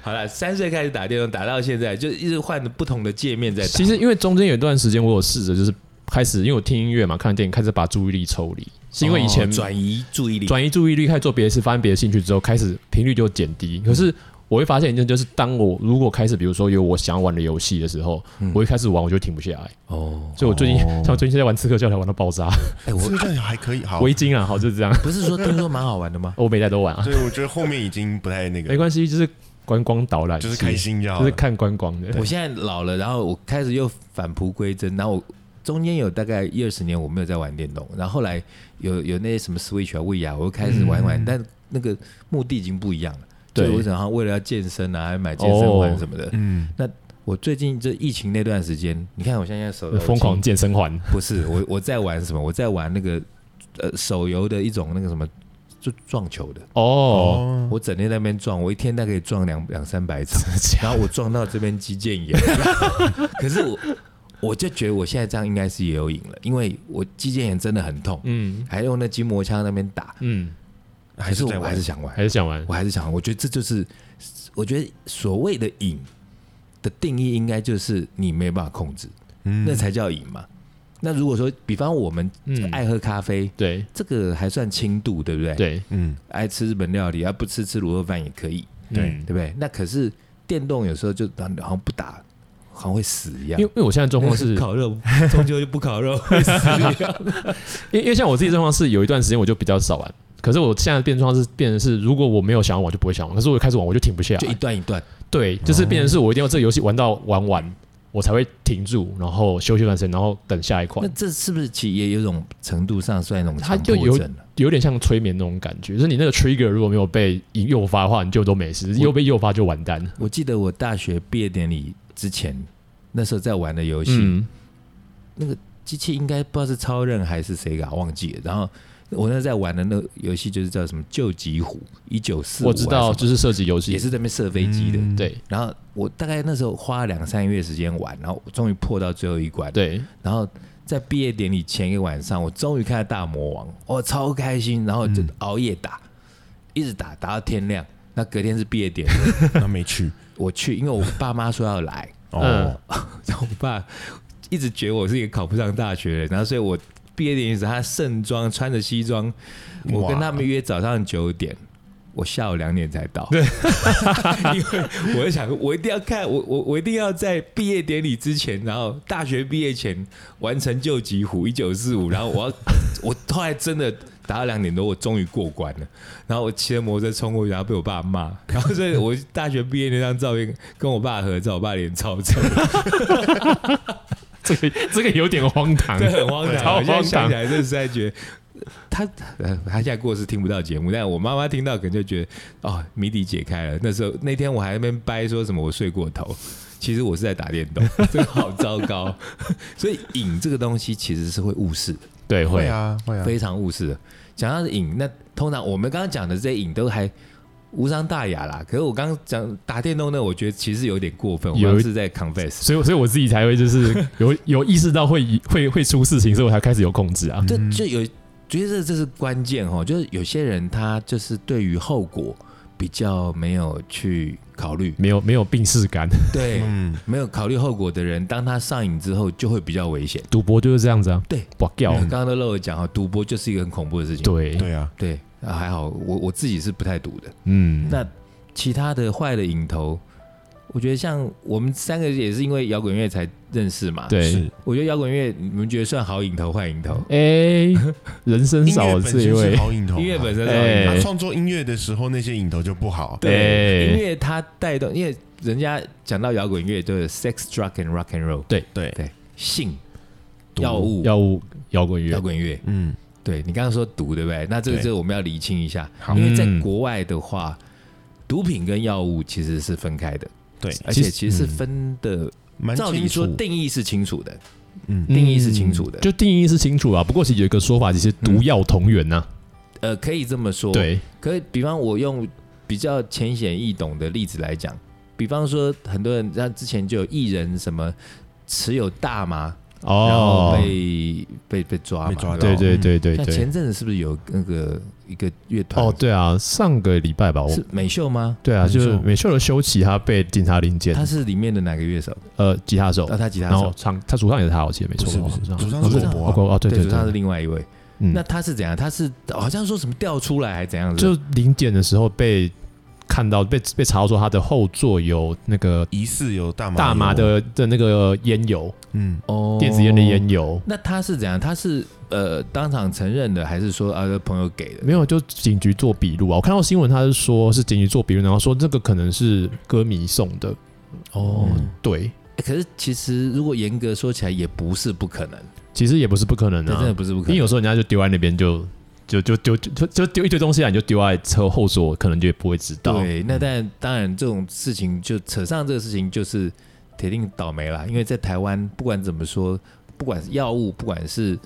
Speaker 3: 好了，三岁开始打电动，打到现在就一直换不同的界面在打。
Speaker 2: 其实因为中间有一段时间我有试着就是开始，因为我听音乐嘛，看电影，开始把注意力抽离，是因为以前
Speaker 3: 哦转移注意力，
Speaker 2: 转移注意力，开始做别的事，发现别的兴趣之后，开始频率就减低。可
Speaker 3: 嗯
Speaker 2: 是我会发现一件，就是当我如果开始，比如说有我想玩的游戏的时候，我一开始玩我就停不下来。
Speaker 3: 嗯哦，
Speaker 2: 所以我最近、
Speaker 1: 哦
Speaker 2: 像我最近在玩刺客教条，玩到爆炸，
Speaker 3: 哎，
Speaker 1: 这
Speaker 3: 我
Speaker 1: 个这样还可以，好，
Speaker 2: 围巾啊，好就是这样，
Speaker 3: 不是说听说蛮好玩 的吗？
Speaker 2: 我每代都 玩啊，
Speaker 1: 所以我觉得后面已经不太那
Speaker 2: 没
Speaker 1: 个，
Speaker 2: 关系，就是观光导览，
Speaker 1: 就是开，心就好
Speaker 2: 就是
Speaker 1: 了。
Speaker 2: 看观光的。
Speaker 3: 啊我现在老了，然后我开始又返璞归真，然后我中间有大概一二十年我没有在玩电动，然后后来有有那些什么 Switch 啊、VR，啊我又开始玩一玩，
Speaker 2: 嗯
Speaker 3: 但那个目的已经不一样了。
Speaker 2: 对哦
Speaker 3: 所以我想要为了要健身啊，还买健身环什么的。
Speaker 1: 嗯，
Speaker 3: 我最近这疫情那段时间，你看我现在手游
Speaker 2: 疯狂健身环，
Speaker 3: 不是我我在玩什么？我在玩那个呃手游的一种那个什么，就撞球的。
Speaker 2: 哦，
Speaker 1: 哦，
Speaker 3: 我整天在那边撞，我一天大概可以撞两两三百场，然后我撞到这边肌腱炎， 可是我我就觉得我现在这样应该是也有瘾了，因为我肌腱炎真的很痛，
Speaker 2: 嗯
Speaker 3: 还用那筋膜枪在那边打，
Speaker 2: 嗯，
Speaker 3: 还是
Speaker 1: 在
Speaker 3: 我
Speaker 1: 玩
Speaker 3: 还是想玩，
Speaker 2: 还是想玩
Speaker 3: 我还是想玩，我觉得这就是我觉得所谓的瘾的定义应该就是你没办法控制，
Speaker 1: 嗯
Speaker 3: 那才叫瘾嘛。那如果说，比方我们
Speaker 2: 嗯
Speaker 3: 爱喝咖啡，
Speaker 2: 对
Speaker 3: 这个还算轻度，对不对？，
Speaker 2: 对
Speaker 1: 嗯
Speaker 3: 爱吃日本料理，而、啊不吃吃卤肉饭也可以。
Speaker 1: 对
Speaker 2: 嗯
Speaker 3: 对不对？那可是电动有时候就好像不打，好像会死一样。，
Speaker 2: 因为因为我现在状况是
Speaker 3: 烤肉， 终究就不烤肉会死一样。
Speaker 2: 因为因为像我自己状况是，有一段时间我就比较少玩。可是我现在变状况是，变成是，如果我没有想要玩，就不会想玩。可是我一开始玩，我就停不下
Speaker 3: 就一
Speaker 2: 来。
Speaker 3: 段一段，
Speaker 2: 对，就是变成是我一定要这个游戏玩到玩完，我才会停住，然后休息一段时间，然后等下一
Speaker 3: 那
Speaker 2: 款，
Speaker 3: 这是不是其实也有一种程度上算一种
Speaker 2: 它
Speaker 3: 强
Speaker 2: 就
Speaker 3: 迫
Speaker 2: 有
Speaker 3: 症啊了？
Speaker 2: 有点像催眠那种感觉。就是你那个 trigger 如果没有被引诱发的话，你就都没事；又被诱发就完蛋。
Speaker 3: 我记得我大学毕业典礼之前，那时候在玩的游戏，
Speaker 2: 嗯，
Speaker 3: 机器应该不知道是超任还是谁搞忘记了。然后我那时候在玩的那个游戏就是叫什么救急虎一九四，
Speaker 2: 我知道，就是射击游戏
Speaker 3: 也是在那边射飞机的。
Speaker 1: 嗯
Speaker 2: 对
Speaker 3: 然后我大概那时候花了两三个月时间玩，然后终于破到最后一关。
Speaker 2: 对，
Speaker 3: 然后在毕业典礼前一个晚上，我终于看到大魔王，我、超开心，然后就熬夜打，一直打打到天亮。那隔天是毕业典礼，
Speaker 1: 那没去
Speaker 3: 我去，因为我爸妈说要来，
Speaker 1: 哦，
Speaker 3: 然后我爸一直觉得我是一个考不上大学的人，然后所以我毕业典礼时他盛装穿着西装，我跟他们约早上九点。我下午两点才到， 对，因为我就想，我一定要看，我我我一定要在毕业典礼之前，然后大学毕业前完成救急虎一九四五，然后我要，我后来真的打到两点多，我终于过关了，然后我骑着摩托车冲过去，然后被我爸骂， 然后所以我大学毕业那张照片跟我爸合照，我爸脸超臭，
Speaker 2: 这个这个有点荒唐，
Speaker 3: 对，很荒
Speaker 2: 超
Speaker 3: 唐。我现
Speaker 2: 荒
Speaker 3: 在想
Speaker 2: 唐
Speaker 3: 起。来，就是在觉得他呃他现在过世听不到节目，但我妈妈听到可能就觉得哦，谜底解开了。那时候那天我还在那边掰说什么我睡过头，其实我是在打电动， 这个好糟糕。 所以瘾这个东西其实是会误事的，
Speaker 2: 对，
Speaker 1: 会
Speaker 2: 会
Speaker 1: 啊会
Speaker 2: 嗯
Speaker 1: 啊，
Speaker 3: 非常误事的。讲到瘾，那通常我们刚刚讲的这些瘾都还。无伤大雅啦，可是我刚刚讲打电动呢，我觉得其实有点过分，我
Speaker 2: 有
Speaker 3: 刚刚
Speaker 2: 一
Speaker 3: 是在 confess。
Speaker 2: 所以，所以我自己才会就是 有有意识到会会会出事情，所以我才开始有控制啊。
Speaker 3: 这就有觉得这这是关键哦，就是有些人他就是对于后果比较没有去考虑，
Speaker 2: 没有没有病逝感，
Speaker 3: 对，
Speaker 1: 嗯，
Speaker 3: 没有考虑后果的人，当他上瘾之后就会比较危险。
Speaker 2: 赌博就是这样子啊。
Speaker 3: 对，
Speaker 2: 哇掉
Speaker 3: 我。们刚刚都漏了讲哈，赌博就是一个很恐怖的事情。
Speaker 2: 对，
Speaker 1: 对啊，
Speaker 3: 对，啊还好我我自己是不太赌的。
Speaker 2: 嗯，
Speaker 3: 那其他的坏的瘾头，我觉得像我们三个也是因为摇滚乐才认识嘛。，
Speaker 2: 对
Speaker 1: 是。
Speaker 3: 我觉得摇滚乐你们觉得算好瘾头坏瘾头？
Speaker 2: 哎，人生
Speaker 1: 音乐
Speaker 2: 少
Speaker 1: 本
Speaker 2: 这一
Speaker 1: 身是
Speaker 2: 位，
Speaker 1: 好影头啊，
Speaker 3: 音乐本身是好瘾头
Speaker 2: 哎
Speaker 1: 他创作音乐的时候那些影头就不好，
Speaker 3: 对，
Speaker 2: 哎
Speaker 3: 音乐它带动，因为人家讲到摇滚乐都有 sex, drug and rock and roll，
Speaker 1: 对，
Speaker 3: 性、
Speaker 1: 毒
Speaker 3: 药物、
Speaker 2: 药物摇滚乐
Speaker 3: 摇，滚乐。
Speaker 1: 嗯，
Speaker 3: 对你刚刚说毒，对不对？那这个
Speaker 1: 对
Speaker 3: 这个我们要厘清一下，
Speaker 1: 好
Speaker 3: 因为在
Speaker 2: 嗯
Speaker 3: 国外的话，毒品跟药物其实是分开的，
Speaker 1: 对，
Speaker 3: 而
Speaker 2: 其
Speaker 3: 且
Speaker 2: 实
Speaker 3: 其实是分的，
Speaker 1: 嗯蛮
Speaker 3: 照理
Speaker 1: 清
Speaker 3: 说
Speaker 1: 楚，
Speaker 3: 定义是清楚的，
Speaker 1: 嗯
Speaker 3: 定义是清楚的
Speaker 2: 嗯就定义是清楚啊。不过其实有一个说法，就是毒药同源呐。
Speaker 3: 呃，可以这么说。，
Speaker 2: 对，
Speaker 3: 可以，比方我用比较浅显易懂的例子来讲，比方说很多人，像之前就有艺人什么持有大麻，然后
Speaker 2: 哦，
Speaker 3: 被被被抓嘛，
Speaker 1: 被抓到
Speaker 2: 对
Speaker 3: 然后
Speaker 2: 对对对
Speaker 3: 像
Speaker 2: 对。
Speaker 3: 前阵子是不是有那个一个乐团？
Speaker 2: 哦，，对哦啊，上个礼拜吧，我
Speaker 3: 是美秀吗？
Speaker 2: 对啊，
Speaker 1: 美秀
Speaker 2: 就是美秀的修齐，他被警察临检
Speaker 3: 他，是里面的哪个乐手？
Speaker 2: 呃，吉他手
Speaker 3: 哦，，他吉他
Speaker 2: 然后
Speaker 3: 手，
Speaker 2: 唱他主唱也是他，我记得没
Speaker 1: 不
Speaker 2: 错
Speaker 1: 是
Speaker 2: 吧，
Speaker 1: 不是，啊
Speaker 2: 主
Speaker 1: 主唱
Speaker 2: 唱
Speaker 1: 是
Speaker 3: 哦
Speaker 1: 狗
Speaker 2: 哦
Speaker 1: 博
Speaker 2: 哦，对
Speaker 3: 对，
Speaker 2: 对
Speaker 3: 主唱是
Speaker 2: 对，
Speaker 3: 另外一位。
Speaker 2: 嗯
Speaker 3: 那他是怎样？他是好像说什么掉出来还怎样子？
Speaker 2: 就临检的时候被看到被被查到说他的后座有那个
Speaker 1: 疑似有大麻
Speaker 2: 大麻
Speaker 1: 油，
Speaker 2: 的的那个烟油，
Speaker 1: 嗯，
Speaker 3: 哦
Speaker 2: 电子烟的烟。油。
Speaker 3: 那他是怎样？他是呃当场承认的，还是说啊朋友给的？
Speaker 2: 没有，就警局做笔录啊！我看到新闻，他是说是警局做笔录，然后说这个可能是歌迷送的。
Speaker 3: 哦
Speaker 1: 嗯
Speaker 2: 对，
Speaker 3: 欸可是其实如果严格说起来，也不是不可能，
Speaker 2: 其实也不是不可能
Speaker 3: 这真的
Speaker 2: 啊，
Speaker 3: 不是不可
Speaker 2: 因为
Speaker 3: 能。
Speaker 2: 有时候人家就丢在那边就，就就就就就就丢一堆东西啊，你就丢在车后座，可能就也不会知道。
Speaker 3: 对，
Speaker 2: 嗯
Speaker 3: 那但当然这种事情就扯上这个事情，就是铁定倒霉啦。因为在台湾，不管怎么说，不管是药物，不管是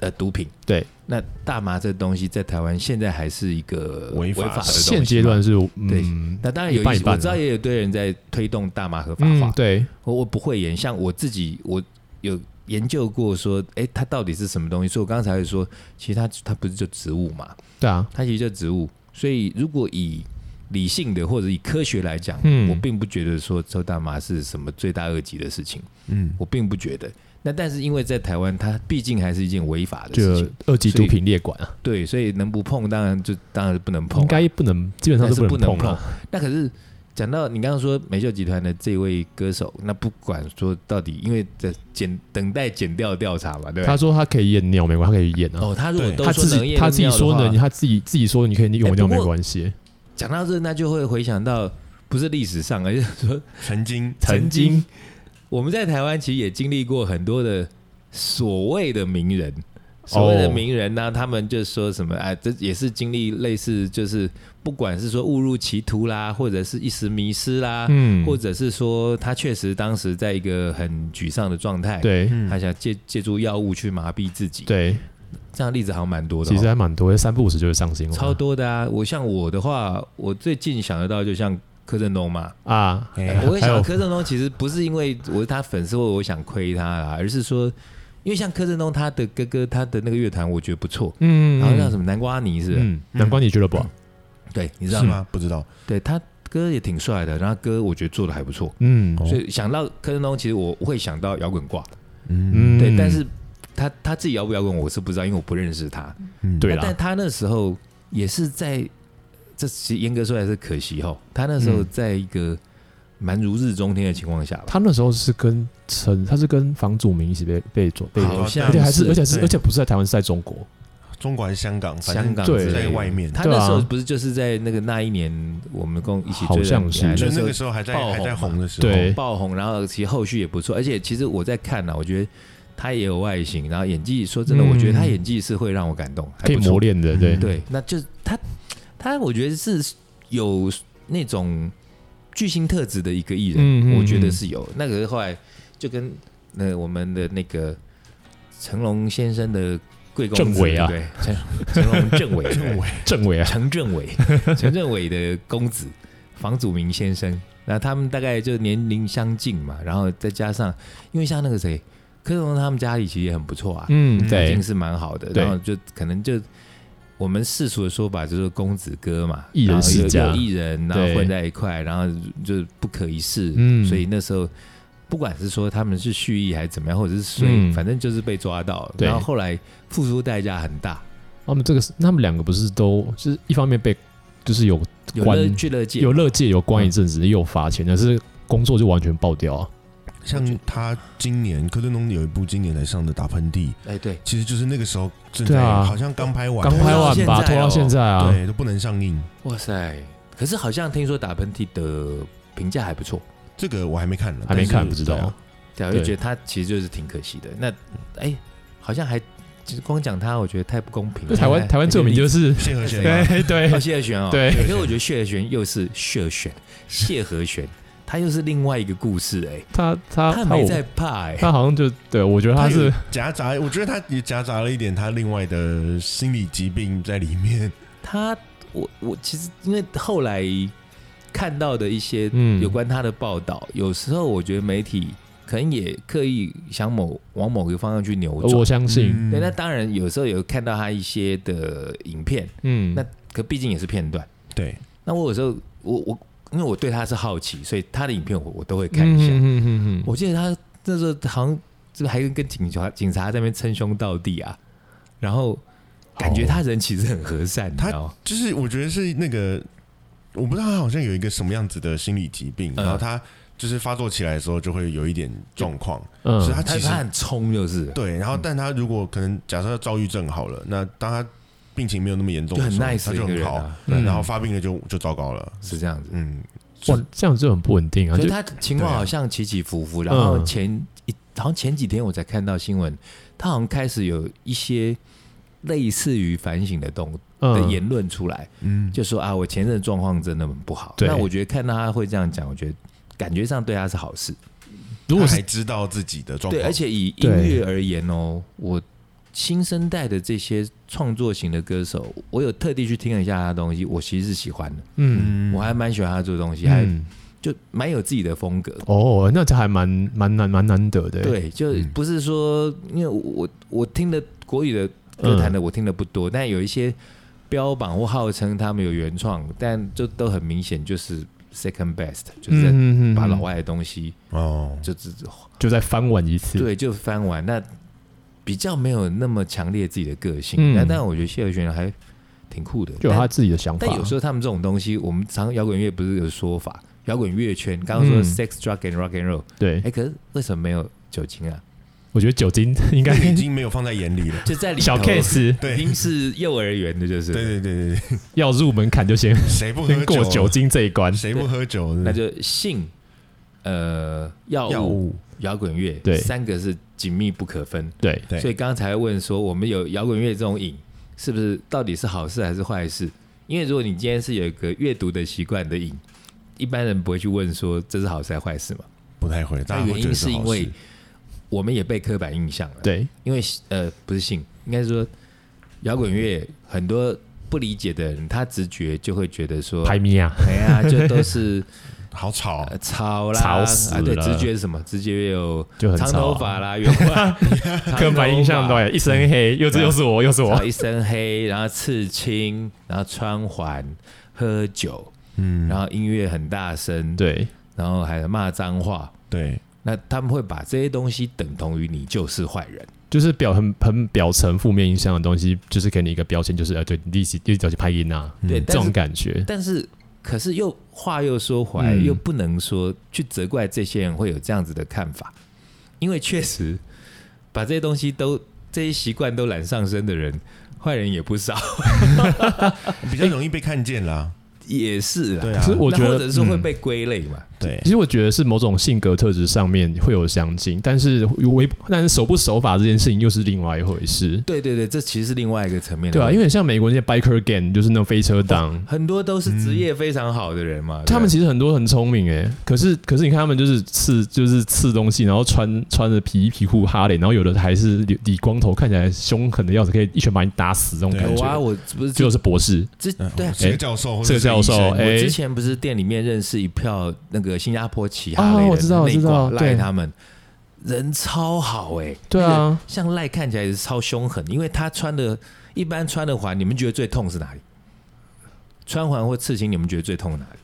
Speaker 3: 呃毒品，
Speaker 2: 对，
Speaker 3: 那大麻这东西在台湾现在还是一个
Speaker 1: 违法
Speaker 3: 法的东西
Speaker 2: 现阶段
Speaker 3: 嘛。
Speaker 2: 是
Speaker 3: 对
Speaker 2: 嗯
Speaker 3: 那当然有
Speaker 2: 一半一半啊
Speaker 3: 我知道也有堆人在推动大麻合法化
Speaker 2: 嗯，对，
Speaker 3: 我我不会演，像我自己，我有研究过说，哎、它到底是什么东西？所以我刚才会说，其实它它不是就植物嘛，
Speaker 2: 对啊，
Speaker 3: 它其实就植物。所以如果以理性的或者以科学来讲，
Speaker 2: 嗯
Speaker 3: 我并不觉得说抽大麻是什么罪大恶极的事情，
Speaker 1: 嗯，
Speaker 3: 我并不觉得。那但是因为在台湾，它毕竟还是一件违法的事
Speaker 2: 就
Speaker 3: 情，
Speaker 2: 二级
Speaker 3: 所
Speaker 2: 毒
Speaker 3: 以
Speaker 2: 品列管啊，
Speaker 3: 对，所以能不碰当然就当然不能碰啊、
Speaker 2: 应该不能，基本上
Speaker 3: 但
Speaker 2: 都
Speaker 3: 是不能
Speaker 2: 能
Speaker 3: 碰
Speaker 2: 啊。。
Speaker 3: 那可是讲到你刚刚说美秀集团的这位歌手，那不管说到底，因为这检等待检调调查嘛，对吧
Speaker 2: 他？说他可以验尿，没关系，他可以验啊。
Speaker 3: 哦，他如果
Speaker 1: 对
Speaker 3: 都
Speaker 2: 他
Speaker 3: 说
Speaker 2: 自
Speaker 3: 能
Speaker 2: 己
Speaker 3: 验
Speaker 2: 他自己
Speaker 3: 尿的
Speaker 2: 说
Speaker 3: 话
Speaker 2: 呢，他自己自己说你可以用
Speaker 3: 哎
Speaker 2: 尿
Speaker 3: 不
Speaker 2: 没
Speaker 3: 过
Speaker 2: 关系。
Speaker 3: 讲到这，那就会回想到不是历史上，而是说
Speaker 1: 曾经
Speaker 2: 曾经
Speaker 3: 我们在台湾其实也经历过很多的所谓的名人。所谓的名人
Speaker 2: 哦
Speaker 3: 呢、他们就说什么哎，这也是经历类似，就是不管是说误入歧途啦，或者是一时迷失啦，
Speaker 2: 嗯，
Speaker 3: 啊或者是说他确实当时在一个很沮丧的状态，，
Speaker 2: 对
Speaker 1: 嗯
Speaker 3: 他想借借助药物去麻痹自己，，
Speaker 2: 对，
Speaker 3: 这样例子好像蛮多的哦、
Speaker 2: 其实还蛮多，三不五十就会上新闻啊，
Speaker 3: 超多的啊。我像我的话，我最近想得到就像柯震东嘛，
Speaker 2: 啊，
Speaker 1: 哎
Speaker 3: 我会
Speaker 2: 还
Speaker 3: 想到
Speaker 2: 有
Speaker 3: 柯震东其实不是因为我是他粉丝或我想亏他啦，而是说因为像柯震东他的哥哥他的那个乐团我觉得不错，
Speaker 2: 嗯，
Speaker 3: 然后像
Speaker 2: 么，
Speaker 3: 什么啊南瓜泥是不是，
Speaker 2: 嗯，南瓜你俱乐部啊，
Speaker 3: 对，你知道
Speaker 1: 是
Speaker 3: 吗？
Speaker 1: 吗？不知道，
Speaker 3: 对他歌也挺帅的，然后他歌我觉得做的还不错。
Speaker 2: 嗯
Speaker 1: 哦
Speaker 3: 所以想到柯震东，其实我我会想到摇滚挂，
Speaker 1: 嗯
Speaker 2: 嗯，
Speaker 3: 对，但是他他自己摇不摇滚我是不知道，因为我不认识他。
Speaker 1: 嗯，
Speaker 2: 对啦
Speaker 3: 那但他那时候也是在，这其实严格说来是可惜哈，他那时候
Speaker 2: 嗯
Speaker 3: 在一个蛮如日中天的情况下吧，
Speaker 2: 他那时候是跟陈，他是跟房祖名一起被被抓，被
Speaker 3: 好像
Speaker 2: 而且还是而且是
Speaker 1: 对
Speaker 2: 而且不是在台湾，是在中国，
Speaker 1: 中国还是香港，反正
Speaker 3: 香港
Speaker 2: 对
Speaker 3: 之类
Speaker 1: 在
Speaker 3: 的
Speaker 1: 外面，
Speaker 3: 他
Speaker 2: 对
Speaker 3: 那
Speaker 2: 啊
Speaker 3: 时候不是就是在那个那一年我们共一起追
Speaker 2: 好
Speaker 3: 的
Speaker 2: 像是
Speaker 3: 女孩
Speaker 1: 就
Speaker 3: 那
Speaker 1: 那
Speaker 3: 时候
Speaker 1: 个时候还在
Speaker 3: 爆红
Speaker 1: 还在
Speaker 3: 嘛
Speaker 1: 红的时候，
Speaker 2: 啊对
Speaker 3: 爆红，然后其实后续也不错，而且其实我在看啊呢、我觉得他也有外形，然后演技，说真的，
Speaker 2: 嗯
Speaker 3: 我觉得他演技是会让我感动，还
Speaker 2: 可以
Speaker 3: 不错
Speaker 2: 磨练的，对
Speaker 1: 嗯
Speaker 3: 对，那就是他，他我觉得是有那种巨星特质的一个艺人，
Speaker 2: 嗯嗯
Speaker 3: 我觉得是有。那个后来就跟那我们的那个成龙先生的贵公子
Speaker 2: 政委啊
Speaker 3: 对不对，成成龙政委，
Speaker 1: 政委
Speaker 2: 政委啊，
Speaker 3: 陈 政委，陈政委的公子房祖名先生，那他们大概就年龄相近嘛，然后再加上因为像那个谁柯震东他们家里其实也很不错啊，
Speaker 2: 嗯，
Speaker 3: 已
Speaker 2: 对
Speaker 3: 经，是蛮好的，
Speaker 2: 对
Speaker 3: 然后就可能就我们世俗的说法就是公子哥嘛，
Speaker 2: 艺人世家
Speaker 3: 然后有有艺人，然
Speaker 2: 对
Speaker 3: 后混在一块，然后就不可一世，
Speaker 2: 嗯
Speaker 3: 所以那时候不管是说他们是蓄意还是怎么样，或者是谁，
Speaker 2: 嗯
Speaker 3: 反正就是被抓到了，
Speaker 2: 对
Speaker 3: 然后后来付出代价很大，
Speaker 2: 他们这个是他们两个不是都就是一方面被就是有
Speaker 3: 有
Speaker 2: 关
Speaker 3: 乐俱乐界
Speaker 2: 有乐界有关一阵
Speaker 3: 嗯
Speaker 2: 子，又有罚钱，但是工作就完全爆掉啊，
Speaker 1: 像他今年柯震东有一部今年才上的《打喷嚏》，
Speaker 3: 哎对，
Speaker 1: 其实就是那个时候正
Speaker 2: 对
Speaker 1: 在
Speaker 2: 啊
Speaker 1: 好像刚拍完，
Speaker 2: 刚拍完吧，拖
Speaker 3: 拖到现在哦
Speaker 2: 到现在啊，
Speaker 1: 对，都不能上映。
Speaker 3: 哇塞！可是好像听说打喷嚏的评价还不错，
Speaker 1: 这个我还没看呢，
Speaker 2: 还没
Speaker 1: 但
Speaker 2: 看
Speaker 1: 是
Speaker 2: 不知
Speaker 1: 对
Speaker 2: 道
Speaker 1: 啊。
Speaker 3: 对啊，我
Speaker 2: 对
Speaker 3: 就觉得他其实就是挺可惜的。那哎、好像还就是光讲他，我觉得太不公平了。哎
Speaker 2: 台湾台湾最有名就是
Speaker 1: 谢和弦
Speaker 2: 对
Speaker 1: 啊，
Speaker 2: 对
Speaker 3: 哦
Speaker 2: 对
Speaker 3: 谢和弦哦，
Speaker 2: 对
Speaker 3: 可是我觉得谢和弦又是谢和弦，谢和弦，他又是另外一个故事哎、
Speaker 2: 他他
Speaker 3: 他没在怕哎、
Speaker 2: 他好像就对我觉得他
Speaker 1: 有
Speaker 2: 是
Speaker 1: 夹杂，我觉得他也夹杂了一点他另外的心理疾病在里面。
Speaker 3: 他我我其实因为后来看到的一些
Speaker 2: 嗯
Speaker 3: 有关他的报道，有时候我觉得媒体可能也刻意想某往某个方向去扭转
Speaker 2: 我。相信，
Speaker 1: 嗯
Speaker 3: 对，那当然有时候有看到他一些的影片，
Speaker 2: 嗯，
Speaker 3: 那可毕竟也是片段。
Speaker 1: 对，
Speaker 3: 那我有时候我我因为我对他是好奇，所以他的影片我我都会看一下。
Speaker 2: 嗯嗯嗯
Speaker 3: 我记得他那时候好像。是不是还跟警察警察在那边称兄道弟啊？然后感觉他人其实很和善，你
Speaker 1: 他
Speaker 3: 知道吗？
Speaker 1: 就是我觉得是那个，我不知道他好像有一个什么样子的心理疾病，
Speaker 3: 嗯
Speaker 1: 然后他就是发作起来的时候就会有一点状况，
Speaker 2: 嗯
Speaker 1: 所以他
Speaker 3: 他
Speaker 1: 其实
Speaker 3: 他很冲，就是
Speaker 1: 对，然后但他如果可能假设他躁郁症好了，那当他病情没有那么严重
Speaker 3: 就
Speaker 1: 的
Speaker 3: 很
Speaker 1: 时候，
Speaker 3: nice
Speaker 1: 他
Speaker 3: 的一
Speaker 1: 就
Speaker 3: 个
Speaker 1: 很
Speaker 3: 人
Speaker 1: 好，
Speaker 3: 啊，
Speaker 2: 嗯
Speaker 1: 然后发病了就就糟糕了，
Speaker 3: 是这样子。
Speaker 1: 嗯，
Speaker 2: 哇，这样就很不稳定啊，
Speaker 3: 所
Speaker 2: 就
Speaker 3: 以他情况好像起起伏伏，
Speaker 2: 对
Speaker 3: 然
Speaker 2: 啊
Speaker 3: 后
Speaker 2: 嗯
Speaker 3: 前一好像前几天我才看到新闻，他好像开始有一些类似于反省的动的
Speaker 2: 嗯
Speaker 3: 言论出来，
Speaker 1: 嗯，
Speaker 3: 就说啊，我前任的状况真的很不好。
Speaker 2: 对
Speaker 3: 那我觉得看到他会这样讲，我觉得感觉上对他是好事。
Speaker 1: 他
Speaker 2: 如果
Speaker 1: 还
Speaker 2: 是
Speaker 1: 知道自己的状
Speaker 3: 对，
Speaker 1: 况，
Speaker 3: 而且以音
Speaker 2: 对
Speaker 3: 乐而言哦，我新生代的这些创作型的歌手，我有特地去听了一下他的东西，我其实是喜欢的，
Speaker 2: 嗯
Speaker 1: 嗯，
Speaker 3: 我还蛮喜欢他做的东西，还
Speaker 2: 嗯
Speaker 3: 就蛮有自己的风格。
Speaker 2: 哦，那这还蛮蛮难蛮难得的，，欸
Speaker 3: 对，就
Speaker 1: 嗯
Speaker 3: 不是说，因为我我听的国语的歌坛的我听的不
Speaker 2: 嗯
Speaker 3: 多，但有一些标榜或号称他们有原创，但就都很明显就是 second best，就是在
Speaker 2: 嗯
Speaker 3: 把老
Speaker 2: 外
Speaker 3: 外的东西
Speaker 1: 哦，
Speaker 3: 就只
Speaker 2: 就再翻完一次，
Speaker 3: 对就翻完，那比较没有那么强烈自己的个性。
Speaker 2: 嗯
Speaker 3: 但但我觉得谢和弦还挺酷的，
Speaker 2: 就有
Speaker 3: 但
Speaker 2: 他自己的想法。啊
Speaker 3: 但有时候他们这种东西，我们常摇滚乐不是有说法，摇滚乐圈刚刚说
Speaker 2: 嗯
Speaker 3: sex drug and rock and roll，
Speaker 2: 对
Speaker 3: 哎、，可是为什么没有酒精啊？
Speaker 2: 我觉得酒精应 该
Speaker 1: 那个已经没有放在眼里了，
Speaker 3: 就在 里头
Speaker 2: 小 case
Speaker 3: 已
Speaker 1: 对，
Speaker 3: 经是幼儿园的，就是
Speaker 1: 对对对对对，
Speaker 2: 要入门槛就先
Speaker 1: 谁不 喝
Speaker 2: 先过酒精这一关，
Speaker 1: 谁不喝酒？
Speaker 3: 那就性、呃药
Speaker 1: 药
Speaker 3: 物、
Speaker 1: 物，
Speaker 3: 摇滚乐，
Speaker 2: 对
Speaker 3: 三个是紧密不可分。
Speaker 2: 对，
Speaker 1: 对
Speaker 3: 所以刚才问说，我们有摇滚乐这种瘾，是不是到底是好事还是坏事？因为如果你今天是有一个阅读的习惯的瘾，一般人不会去问说这是好事还是坏事嘛。
Speaker 1: 不太会，大
Speaker 3: 那
Speaker 1: 家会
Speaker 3: 原
Speaker 1: 觉得
Speaker 3: 因是因
Speaker 1: 好
Speaker 3: 为
Speaker 1: 事
Speaker 3: 我们也被刻板印象了，
Speaker 2: 对，
Speaker 3: 因为呃不是性，应该是说摇滚乐很多不理解的人，他直觉就会觉得说，
Speaker 2: 排咪啊，
Speaker 3: 哎呀，就都是
Speaker 1: 好吵，
Speaker 3: 呃吵啦，
Speaker 2: 吵死
Speaker 3: 啊对，
Speaker 2: 了
Speaker 3: 直觉是什么？直觉有
Speaker 2: 就很
Speaker 3: 长
Speaker 2: 吵
Speaker 3: 头
Speaker 2: 啊，
Speaker 3: 发啦， 圆发，
Speaker 2: 刻板印象
Speaker 3: 对，
Speaker 2: 对，一身黑，又这又是我，又是
Speaker 3: 然
Speaker 2: 我
Speaker 3: 后，一身黑，然后刺青，然后穿环，喝酒，
Speaker 1: 嗯，
Speaker 3: 然后音乐很大声，，
Speaker 2: 对，
Speaker 3: 然后还骂脏话。
Speaker 1: 对，
Speaker 3: 那他们会把这些东西等同于你就是坏人，
Speaker 2: 就是表很很表层负面印象的东西，就是给你一个标签，就是呃，对，立即立即去拍音啊，
Speaker 1: 嗯
Speaker 3: 对，
Speaker 2: 这
Speaker 3: 但
Speaker 2: 种
Speaker 3: 是
Speaker 2: 感觉，
Speaker 3: 但是可是又话又说回来，
Speaker 2: 嗯
Speaker 3: 又不能说去责怪这些人会有这样子的看法，因为确实把这些东西都这些习惯都揽上身的人，坏人也不少，
Speaker 1: 比
Speaker 3: 哎
Speaker 1: 较容易被看见啦，
Speaker 3: 也是啦。
Speaker 1: 对
Speaker 2: 可
Speaker 1: 啊
Speaker 2: 是，我
Speaker 3: 那
Speaker 2: 觉得
Speaker 3: 或者是会
Speaker 2: 嗯
Speaker 3: 被归类嘛，
Speaker 1: 对
Speaker 2: 其，实我觉得是某种性格特质上面会有相近，但是违但是守不守法这件事情又是另外一回事，
Speaker 3: 对对对，这其实是另外一个层面的
Speaker 2: 对啊，
Speaker 3: 问题。
Speaker 2: 因为像美国那些 biker gang，就是那种飞车党，
Speaker 3: 很多都是职业非常好的人嘛，
Speaker 2: 嗯他们
Speaker 3: 对
Speaker 2: 其实很多很聪明诶，可是可是你看他们就是刺就是刺东西，然后穿穿着皮衣皮裤哈雷，然后有的还是理理光头，看起来凶狠的样子，可以一拳把你打死这种
Speaker 1: 对哦
Speaker 2: 感
Speaker 3: 有
Speaker 2: 觉。
Speaker 3: 啊，我不是
Speaker 2: 结果是博士，
Speaker 3: 之
Speaker 1: 嗯
Speaker 3: 对啊。
Speaker 1: 是个教授，或者
Speaker 2: 这个
Speaker 1: 是
Speaker 2: 教
Speaker 1: 医生
Speaker 2: 授，哎、
Speaker 3: 我之前不是店里面认识一票那个新加坡骑哈雷的
Speaker 2: 哦我知道我
Speaker 3: 内
Speaker 2: 知道
Speaker 3: 挂赖
Speaker 2: 对
Speaker 3: 他们人超好哎、
Speaker 2: 对啊，
Speaker 3: 像赖看起来是超凶狠，因为他穿的一般穿的环，你们觉得最痛是哪里？穿环或刺青，你们觉得最痛哪里？，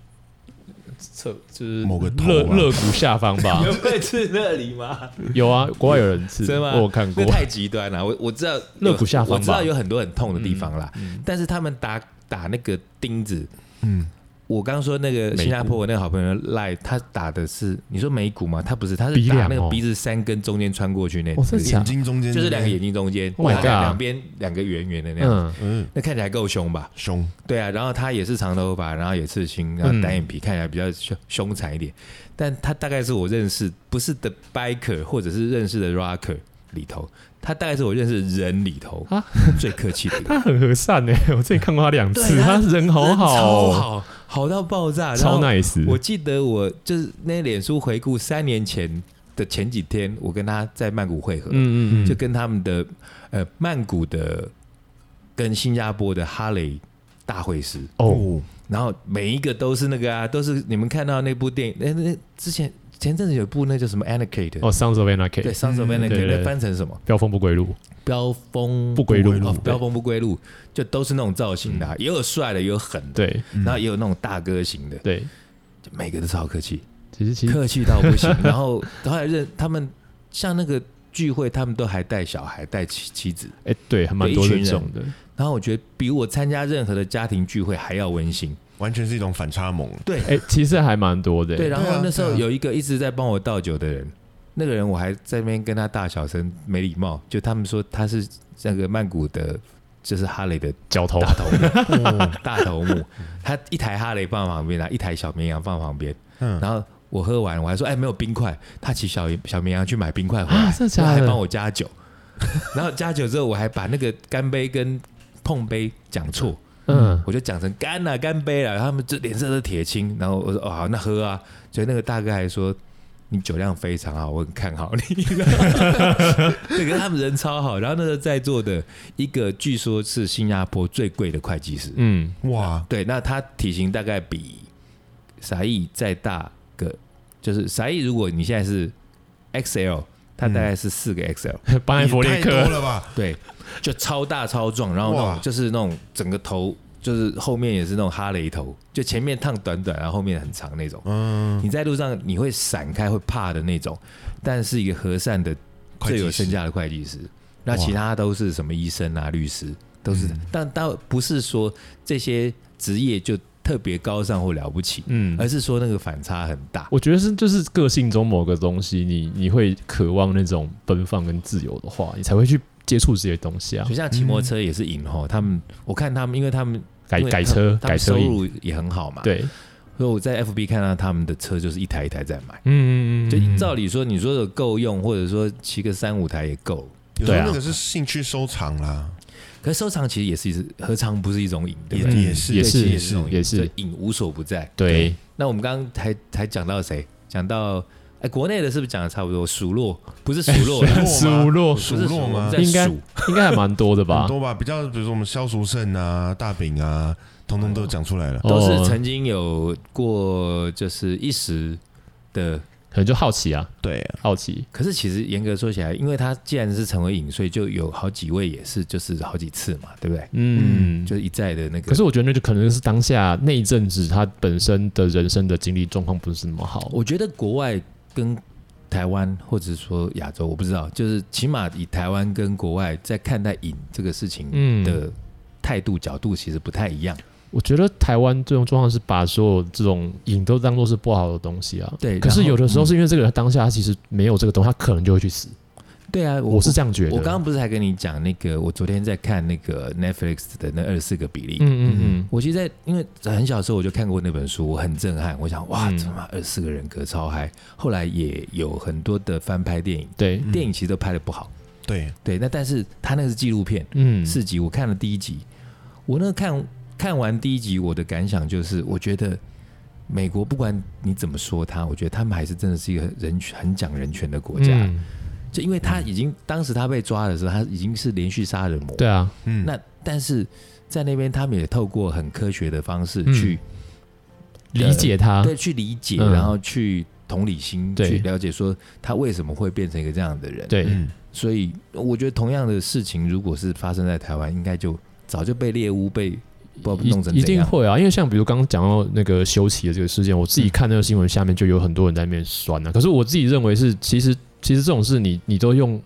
Speaker 2: 侧就是
Speaker 1: 某个头啊
Speaker 2: 肋
Speaker 1: 吧
Speaker 2: 肋骨下方吧
Speaker 3: 会刺那里吗？
Speaker 2: 有啊，国外有人吃，
Speaker 3: 真的吗
Speaker 2: 我有看过
Speaker 3: 这，太极端了，我我知道有
Speaker 2: 肋骨下方吧嗯
Speaker 3: 我知道有很多很痛的地方啦，但是他们打打那个钉子，
Speaker 1: 嗯，
Speaker 3: 我刚说那个
Speaker 2: 骨
Speaker 3: 新加坡我那个好朋友赖，他打的是你说眉骨吗？他不是，他
Speaker 2: 鼻
Speaker 3: 是
Speaker 2: 梁
Speaker 3: 打那个
Speaker 2: 哦
Speaker 3: 鼻子三根中间穿过去那，
Speaker 2: 哦真的假
Speaker 1: 眼睛中间
Speaker 3: 就是两个眼
Speaker 1: 睛，
Speaker 3: 睛中间，
Speaker 2: Oh my
Speaker 3: 然后两
Speaker 2: God
Speaker 3: 两边两个圆圆的那样，
Speaker 2: 嗯，
Speaker 1: 嗯，
Speaker 3: 那看起来够凶吧？
Speaker 1: 凶，
Speaker 3: 对啊，然后他也是长头发，然后也刺
Speaker 2: 嗯
Speaker 3: 青，然后单眼皮，看起来比较凶凶残一点。但他大概是我认识，不是的 biker 或者是认识的 rocker 里头，他大概是我认识人里头
Speaker 2: 啊
Speaker 3: 最客气 的一个。
Speaker 2: 他很和善哎、我自己看过他两次，
Speaker 3: 对
Speaker 2: 他
Speaker 3: 他
Speaker 2: 人好好
Speaker 3: 人超
Speaker 2: 哦，
Speaker 3: 好，好到爆炸，
Speaker 2: 超
Speaker 3: 然后
Speaker 2: nice，
Speaker 3: 我记得我就是那脸书回顾三年前的前几天，我跟他在曼谷会合，
Speaker 2: 嗯嗯嗯，
Speaker 3: 就跟他们的呃曼谷的跟新加坡的哈雷大会师，
Speaker 2: 哦，
Speaker 3: 然后每一个都是那个啊，都是你们看到那部电影，那那之前前阵子有部那叫什么《Anarchy》的，
Speaker 2: 哦，Sons of
Speaker 3: 对，《
Speaker 2: Anarchy，
Speaker 3: Sons of
Speaker 1: 嗯
Speaker 3: Anarchy》
Speaker 2: 对对
Speaker 3: 那翻成什么？
Speaker 2: 标风不归路，
Speaker 3: 飙风
Speaker 2: 不归路，嗯
Speaker 3: 哦飙风不归路，就都是那种造型的啊、也有帅的，也有狠的，
Speaker 2: 对
Speaker 1: 嗯
Speaker 3: 然后也有那种大哥型的，
Speaker 2: 对，
Speaker 3: 就每个都超客气，
Speaker 2: 其实其实
Speaker 3: 客气到不行。然后后来认他们像那个聚会，他们都还带小孩、带妻妻子，
Speaker 2: 哎、对，还蛮
Speaker 3: 对
Speaker 2: 多
Speaker 3: 一群
Speaker 2: 这种的。
Speaker 3: 然后我觉得比我参加任何的家庭聚会还要温馨。
Speaker 1: 完全是一种反差萌。
Speaker 3: 对
Speaker 2: 哎、其实还蛮多的、哎
Speaker 3: 对，然
Speaker 1: 对
Speaker 3: 后
Speaker 1: 啊
Speaker 3: 那时候
Speaker 1: 对啊
Speaker 3: 有一个一直在帮我倒酒的人，那个人我还在那边跟他大小声，没礼貌。就他们说他是那个曼谷的，就是哈雷的
Speaker 2: 脚头
Speaker 3: 大头目，
Speaker 1: 哦
Speaker 3: 大头 目。他一台哈雷放旁边啊，一台小绵羊放旁边。
Speaker 1: 嗯，
Speaker 3: 然后我喝完，我还说哎没有冰块，他骑小小绵羊去买冰块回来，
Speaker 2: 啊真的假的
Speaker 3: 他还帮我加酒。然后加酒之后，我还把那个干杯跟碰杯讲错，
Speaker 2: 嗯，
Speaker 3: 我就讲成干了、干杯了，他们这脸色都铁青。然后我说哦好，那喝啊。所以那个大哥还说你酒量非常好，我很看好你。对，可是他们人超好。然后那时候在座的一个据说是新加坡最贵的会计师，
Speaker 2: 嗯，
Speaker 1: 哇，
Speaker 3: 对，那他体型大概比沙溢再大个，就是沙溢如果你现在是 XL，他大概是四个 XL，、
Speaker 2: 班艾
Speaker 1: 也
Speaker 2: 弗
Speaker 1: 太
Speaker 2: 列
Speaker 1: 多
Speaker 2: 克，
Speaker 1: 了吧？
Speaker 3: 对，就超大超壮，然后那
Speaker 1: 哇
Speaker 3: 种就是那种整个头，就是后面也是那种哈雷头，就前面烫短短，然后后面很长那种。
Speaker 1: 嗯，
Speaker 3: 你在路上你会闪开会怕的那种，但是一个和善的最有身价的会计师。那其他都是什么医生啊、律师，都是，但但不是说这些职业就特别高尚或了不起，
Speaker 2: 嗯，
Speaker 3: 而是说那个反差很大。
Speaker 2: 我觉得是就是个性中某个东西，你你会渴望那种奔放跟自由的话，你才会去接触这些东西啊
Speaker 3: 就。像骑摩托车也是赢吼，他们我看他们，因为他们
Speaker 2: 改
Speaker 3: 因为他
Speaker 2: 改
Speaker 3: 们
Speaker 2: 车，
Speaker 3: 他们
Speaker 2: 改
Speaker 3: 收
Speaker 2: 车瘾，
Speaker 3: 入也很好嘛，，
Speaker 2: 对，
Speaker 3: 所以我在 FB 看到他们的车就是一台一台在买，
Speaker 2: 嗯嗯嗯，
Speaker 3: 就
Speaker 2: 嗯
Speaker 3: 照理说你说的够用，或者说骑个三五台也够，
Speaker 1: 有时候
Speaker 2: 对啊
Speaker 1: 那个是兴趣收藏啦，
Speaker 3: 可是收藏其实也是一直何尝不是一种瘾，对不
Speaker 1: 也
Speaker 3: 对？
Speaker 1: 也是
Speaker 2: 也
Speaker 3: 对其实
Speaker 2: 是
Speaker 3: 也是一种瘾
Speaker 2: 也
Speaker 3: 所
Speaker 2: 是
Speaker 3: 以瘾无所不在。
Speaker 2: 对，
Speaker 3: 那我们刚刚才才讲到谁？讲到哎，国内的是不是讲的差不多？数落不是数落 啦，
Speaker 1: 吗
Speaker 2: 失落
Speaker 1: 数
Speaker 3: 不是
Speaker 1: 落吗
Speaker 3: 我们在
Speaker 2: 应该
Speaker 3: 数
Speaker 2: 嗯应该还蛮多的吧哦
Speaker 1: 很？多吧，比较比如说我们萧淑慎啊、大饼啊，通通都讲出来了。
Speaker 2: 哦
Speaker 3: 都是曾经有过就是一时的，
Speaker 2: 可能就好奇啊，
Speaker 1: 对啊，
Speaker 2: 好奇，
Speaker 3: 可是其实严格说起来，因为他既然是成为瘾，所以就有好几位也是就是好几次嘛，对不对？
Speaker 2: 嗯，
Speaker 3: 就是一再的那个
Speaker 2: 可。是我觉得那就可能是当下那一阵子他本身的人生的经历状况不是那么好，
Speaker 3: 我觉得国外跟台湾，或者说亚洲，我不知道，就是起码以台湾跟国外在看待瘾这个事情
Speaker 2: 嗯
Speaker 3: 的态度、角度，其实不太一样。
Speaker 2: 我觉得台湾这种状况是把所有这种瘾都当做是不好的东西啊。
Speaker 3: 对
Speaker 2: 可是
Speaker 3: 然后
Speaker 2: 有的时候是因为这个人当下他其实没有这个东西，他可能就会去死。
Speaker 3: 对啊，
Speaker 2: 我是这样觉得。
Speaker 3: 我刚刚不是还跟你讲那个，我昨天在看那个 Netflix 的那二十四个比例。
Speaker 2: 嗯嗯
Speaker 3: 我其实在，因为很小的时候我就看过那本书，我很震撼。我想，哇，
Speaker 2: 嗯
Speaker 3: 怎么二十四个人格超嗨？后来也有很多的翻拍电影，
Speaker 2: 嗯，对，
Speaker 1: 嗯
Speaker 3: 电影其实都拍的不好。
Speaker 1: 对，
Speaker 3: 对，那但是他那个是纪录片，
Speaker 2: 嗯
Speaker 3: 四集，我看了第一集，我那看看完第一集，我的感想就是，我觉得美国不管你怎么说他，我觉得他们还是真的是一个人权很讲人权的国家，
Speaker 2: 嗯
Speaker 3: 就因为他已经当时他被抓的时候，他已经是连续杀人魔，
Speaker 2: 对啊，
Speaker 1: 嗯，
Speaker 3: 那但是在那边他们也透过很科学的方式
Speaker 2: 嗯
Speaker 3: 去、
Speaker 2: 理解他，
Speaker 3: 对去理解，
Speaker 2: 嗯
Speaker 3: 然后去同理心
Speaker 2: 对
Speaker 3: 去了解说他为什么会变成一个这样的人，
Speaker 2: 对，
Speaker 1: 嗯，
Speaker 3: 所以我觉得同样的事情，如果是发生在台湾，应该就早就被猎巫被不知道
Speaker 2: 一
Speaker 3: 弄成
Speaker 2: 一
Speaker 3: 怎
Speaker 2: 定
Speaker 3: 样。
Speaker 2: 会啊，因为像比如刚刚讲到那个休息的这个事件，我自己看那个新闻下面就有很多人在那边酸啊。可是我自己认为是，其实其实这种事你你都用，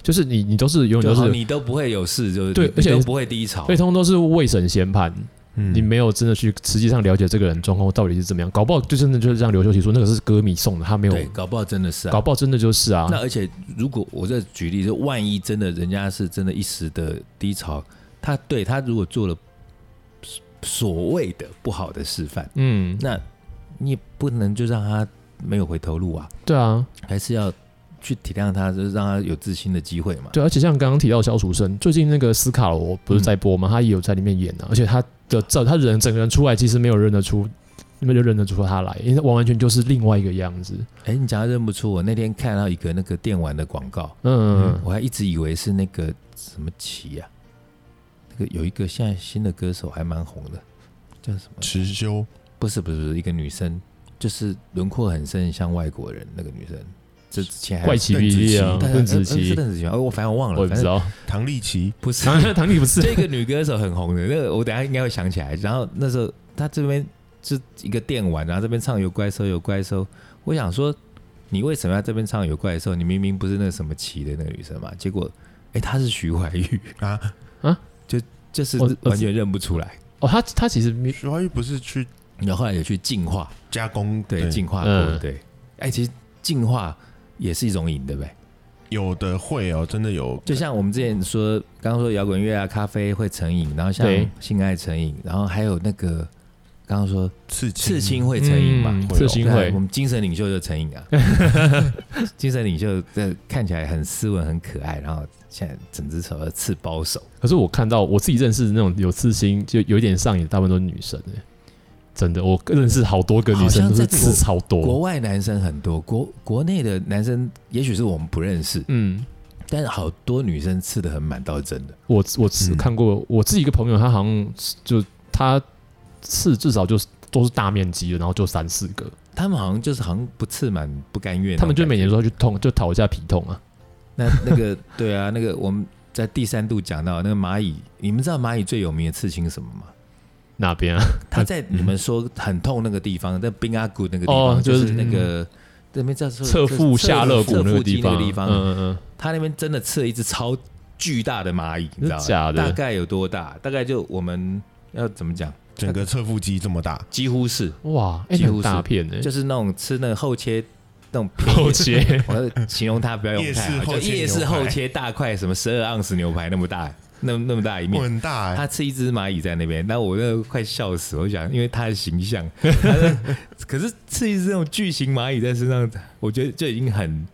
Speaker 2: 就是你你都是永远
Speaker 3: 就
Speaker 2: 都
Speaker 3: 好
Speaker 2: 是，
Speaker 3: 你都不会有事，就是
Speaker 2: 对
Speaker 3: 你
Speaker 2: 而且
Speaker 3: 你都不会低潮
Speaker 2: 所以。通通都是未审先判，
Speaker 1: 嗯
Speaker 2: 你没有真的去实际上了解这个人状况到底是怎么样，搞不好就真的就是像刘秀奇说，那个是歌迷送的，他没有
Speaker 3: 对，，搞不好真的是啊
Speaker 2: 搞。不好真的就是啊
Speaker 3: 那。而且如果我这举例，就万一真的人家是真的一时的低潮，他对他如果做了所谓的不好的示范，
Speaker 2: 嗯，
Speaker 3: 那你也不能就让他没有回头路啊，
Speaker 2: 对啊，
Speaker 3: 还是要去体谅他，就是让他有自新的机会嘛。
Speaker 2: 对，而且像刚刚提到消除生，最近那个斯卡罗
Speaker 3: 嗯
Speaker 2: 不是在播吗？他也有在里面演啊，而且他的照他人整个人出来，其实没有认得出，没有认得出他来，因为完完全就是另外一个样子。
Speaker 3: 哎、你讲到认不出我，那天看到一个那个电玩的广告，
Speaker 2: 嗯，
Speaker 3: 我还一直以为是那个什么奇呀、那个有一个现在新的歌手还蛮红的，叫什么？
Speaker 1: 持修
Speaker 3: 不是不是不是一个女生，就是轮廓很深，像外国人那个女生。这之前还有
Speaker 2: 怪奇比例啊，
Speaker 3: 但
Speaker 2: 邓紫
Speaker 3: 呃是
Speaker 2: 棋，
Speaker 3: 邓紫棋吗，哦我反正我忘
Speaker 2: 我
Speaker 3: 了，
Speaker 2: 也不
Speaker 3: 反
Speaker 2: 知
Speaker 3: 正
Speaker 2: 道，
Speaker 1: 唐丽奇，
Speaker 3: 不是
Speaker 2: 唐唐丽不 是，
Speaker 3: 这个女歌手很红的，那个我等一下应该会想起来。然后那时候啊她这边是一个电玩，然后这边唱有怪兽有怪兽，我想说你为什么要这边唱有怪兽？你明明不是那什么琪的那个女生嘛，结果哎，她是徐怀钰，
Speaker 1: 啊，
Speaker 3: 就是
Speaker 2: 哦
Speaker 3: 完全认不出来。
Speaker 2: 哦，他他其实没
Speaker 1: 徐怀钰不是去
Speaker 3: 然后后来有去进化，
Speaker 1: 加工
Speaker 3: 对，进化过，
Speaker 2: 嗯嗯
Speaker 3: 对。哎，其实进化也是一种瘾，对不对？
Speaker 1: 有的会哦，真的有，
Speaker 3: 就像我们之前说，刚刚说摇滚乐啊，咖啡会成瘾，然后像
Speaker 2: 对
Speaker 3: 性爱成瘾，然后还有那个刚刚说
Speaker 1: 刺青
Speaker 3: 刺青会成瘾嘛，
Speaker 2: 嗯
Speaker 3: 会哦
Speaker 2: 刺青会
Speaker 3: 对我们精神领袖就成瘾 啊，精神领袖这看起来很斯文很可爱，然后现在整只手要刺包手，
Speaker 2: 可是我看到我自己认识的那种有刺青就有一点上瘾的，大部分都是女生哎、真的，我认识好多个女生
Speaker 3: 好像
Speaker 2: 都
Speaker 3: 在
Speaker 2: 是刺超
Speaker 3: 国
Speaker 2: 多。
Speaker 3: 外男生很多，国国内的男生也许是我们不认识，
Speaker 2: 嗯，
Speaker 3: 但是好多女生刺的很满，到真的。
Speaker 2: 我我只
Speaker 1: 嗯
Speaker 2: 看过、我自己一个朋友，他好像就他刺至少就是都是大面积的，然后就三四个。
Speaker 3: 他们好像就是好像不刺满不甘愿那种感觉，
Speaker 2: 他们就每年说要去痛，就讨一下皮痛啊。
Speaker 3: 那那个对啊，那个我们在第三度讲到那个蚂蚁，你们知道蚂蚁最有名的刺青是什么吗？
Speaker 2: 哪边 啊？
Speaker 3: 它在你们说很痛那个地方，在冰阿骨那个地
Speaker 2: 哦
Speaker 3: 方，就
Speaker 2: 就是
Speaker 3: 是那个那边叫
Speaker 2: 侧腹下肋骨那
Speaker 3: 个
Speaker 2: 个地
Speaker 3: 方，
Speaker 2: 方，
Speaker 3: 啊那
Speaker 2: 嗯嗯嗯，
Speaker 3: 它那边真的刺了一只超巨大的蚂蚁，你知道吗？
Speaker 2: 真假的
Speaker 3: 大概有多大？大概就我们要怎么讲？
Speaker 1: 整个侧腹肌这么大，
Speaker 3: 几乎是，
Speaker 2: 哇，哎、
Speaker 3: 几
Speaker 2: 欸，
Speaker 3: 乎是
Speaker 2: 很大片呢、欸，
Speaker 3: 就是那种吃那个后切那种便宜
Speaker 2: 后切
Speaker 3: 我要形容它不要用太好，
Speaker 1: 夜市后
Speaker 3: 就
Speaker 1: 切
Speaker 3: 夜市
Speaker 1: 牛排
Speaker 3: 后切大块，什么十二盎司牛排那么大，那那么大一
Speaker 1: 哇
Speaker 3: 面。
Speaker 1: 很大哎、
Speaker 3: 他吃一只蚂蚁在那边，那我那个快笑死！我想，因为他的形 象，他的可是吃一只那种巨型蚂蚁在身上，我觉得就已经很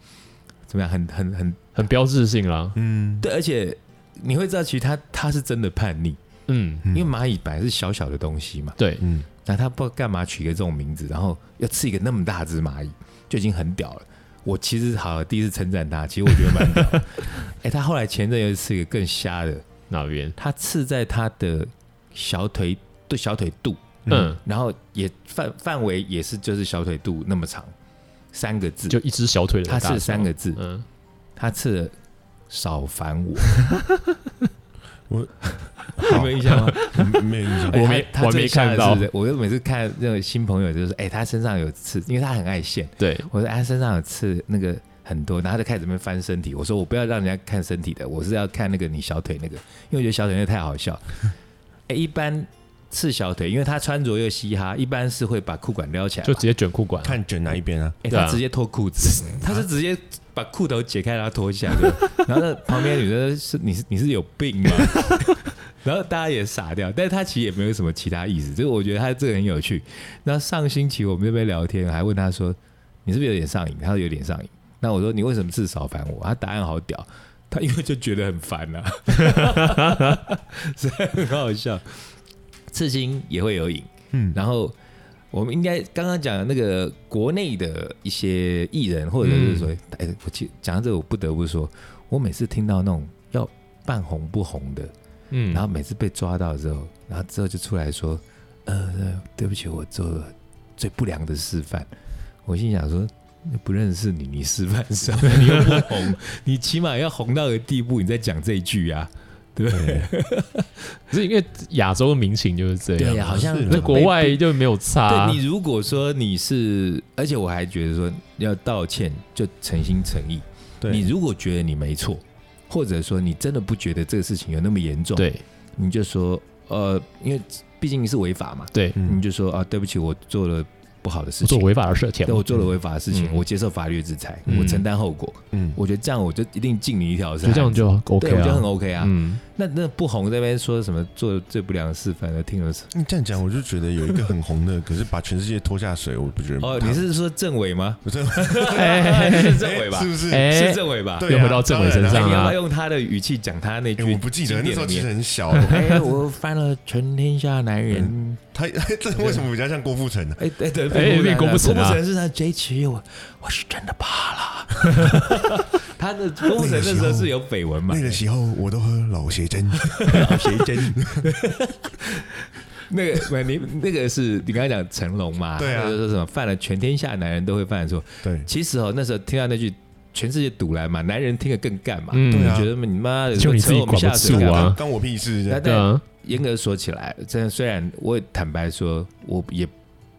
Speaker 3: 怎么样，很很很
Speaker 2: 很标志性啦。
Speaker 1: 嗯，
Speaker 3: 对，而且你会知道，其实他他是真的叛逆，
Speaker 2: 嗯，
Speaker 1: 嗯
Speaker 3: 因为蚂蚁本来是小小的东西嘛，
Speaker 2: 对，
Speaker 1: 嗯，
Speaker 3: 那他不知道干嘛取一个这种名字，然后要吃一个那么大只蚂蚁，就已经很屌了。我其实好第一次称赞他，其实我觉得蛮屌的。 哎、他后来前阵又吃一个更瞎的，
Speaker 2: 哪边？
Speaker 3: 他刺在他的小腿对小腿肚，
Speaker 2: 嗯，
Speaker 3: 然后也范范围也是就是小腿肚那么长，三个字，
Speaker 2: 就一只小腿的
Speaker 3: 他
Speaker 2: 大小。
Speaker 3: 刺三个字，
Speaker 2: 嗯，
Speaker 3: 他刺了少 烦我，
Speaker 1: 好
Speaker 3: 有没有印象吗？
Speaker 1: 嗯没有印象
Speaker 2: 哎，我没
Speaker 3: 欸他他
Speaker 2: 我
Speaker 3: 最
Speaker 2: 没
Speaker 3: 吓的
Speaker 2: 看到
Speaker 3: 是我就每次看那个新朋友，就是说哎、他身上有刺，因为他很爱现。
Speaker 2: 对，
Speaker 3: 我说哎，他身上有刺那个很多，然后他就开始这边翻身体。我说我不要让人家看身体的，我是要看那个你小腿那个，因为我觉得小腿那个太好笑。哎，一般刺小腿，因为他穿着又嘻哈，一般是会把裤管撩起来
Speaker 2: 就
Speaker 3: 嘛。
Speaker 2: 直接卷裤管啊。
Speaker 1: 看卷哪一边啊？
Speaker 3: 哎，
Speaker 2: 对
Speaker 3: 他
Speaker 2: 啊
Speaker 3: 直接脱裤子， 他是直接把裤头解开，然后脱下来 的。然后那旁边的女生是你是你是有病吗？ 然后大家也傻掉，但是他其实也没有什么其他意思，就是我觉得他这个很有趣。那上星期我们这边聊天，还问他说你是不是有点上瘾？他说有点上瘾。那我说你为什么至少烦我？他答案好屌，他因为就觉得很烦啊， 所以很好笑。刺青也会有瘾，
Speaker 1: 嗯，
Speaker 3: 然后我们应该刚刚讲的那个国内的一些艺人，或者是说，哎、我其实讲到这个，我不得不说，我每次听到那种要半红不红的，
Speaker 2: 嗯，
Speaker 3: 然后每次被抓到之后，然后之后就出来说，呃，对不起，我做了最不良的示范。我心想说。不认识你，你示范什么？ 你又不红，你起码要红到个地步，你再讲这一句啊，对不对？
Speaker 2: 可是因为亚洲的民情就是这样，
Speaker 3: 呀，好像
Speaker 1: 是啊
Speaker 2: 那国
Speaker 3: 被
Speaker 2: 外就没有差啊。
Speaker 3: 对你如果说你是，而且我还觉得说要道歉就诚心诚意。
Speaker 1: 对，
Speaker 3: 你如果觉得你没错，或者说你真的不觉得这个事情有那么严重，，
Speaker 2: 对
Speaker 3: 你就说呃，因为毕竟是违法嘛，
Speaker 2: 对，
Speaker 1: 嗯
Speaker 3: 你就说啊，对不起，我做了不好的事
Speaker 2: 我做
Speaker 3: 情，
Speaker 2: 违法的事情
Speaker 3: 对，我做了违法的事情，
Speaker 2: 嗯
Speaker 3: 我接受法律的制裁，
Speaker 2: 嗯
Speaker 3: 我承担后果。
Speaker 1: 嗯，
Speaker 3: 我觉得这样我就一定敬你一条是
Speaker 2: 就这样就 OK
Speaker 3: 哎对，我觉得很
Speaker 2: 啊。
Speaker 3: OK 啊。
Speaker 2: 嗯，
Speaker 3: 那那不红那边说什么做最不良的示范的，听了什么？
Speaker 1: 你这样讲，我就觉得有一个很红的，可是把全世界拖下水，我不觉得。
Speaker 3: 哦，你是说政委 吗？
Speaker 1: 不是
Speaker 3: 是政委吧？
Speaker 1: 是不是？
Speaker 2: 哎
Speaker 3: 是政委吧？
Speaker 1: 对啊，
Speaker 2: 又回到政委身
Speaker 3: 哎
Speaker 2: 上
Speaker 1: 当
Speaker 3: 你
Speaker 1: 然
Speaker 2: 啊
Speaker 3: 要不要用他的语气讲他那
Speaker 1: 哎
Speaker 3: 句？
Speaker 1: 我不记得那时候其实。很小，
Speaker 3: 哎，我翻了全天下男人。
Speaker 1: 他这为什么比较像郭富城呢？
Speaker 3: 哎哎对，
Speaker 2: 哎有点
Speaker 3: 郭
Speaker 2: 郭
Speaker 3: 富
Speaker 2: 富城
Speaker 3: 城郭
Speaker 2: 啊
Speaker 3: 富城是他这一期我我是真的怕了。他的郭富城那时候是有绯闻嘛
Speaker 1: 那？个时候我都喝老邪针，
Speaker 3: 谁真？那个喂你那个是你刚才讲成龙嘛？
Speaker 1: 对啊
Speaker 3: 他就说什么犯了全天下男人都会犯的错？
Speaker 1: 对，
Speaker 3: 其实哦，那时候听到那句“全世界堵来嘛”，男人听得更干嘛？
Speaker 2: 嗯
Speaker 3: 对
Speaker 1: 对
Speaker 3: 啊，
Speaker 1: 啊
Speaker 3: 觉得你妈的
Speaker 2: 就你自己
Speaker 3: 扯我们
Speaker 2: 管不
Speaker 3: 下水
Speaker 2: 住
Speaker 3: 干嘛
Speaker 2: 啊
Speaker 1: 关我屁事。这
Speaker 3: 那
Speaker 1: 样
Speaker 2: 对
Speaker 3: 但
Speaker 2: 啊，
Speaker 3: 严格说起来，真的，虽然我也坦白说，我也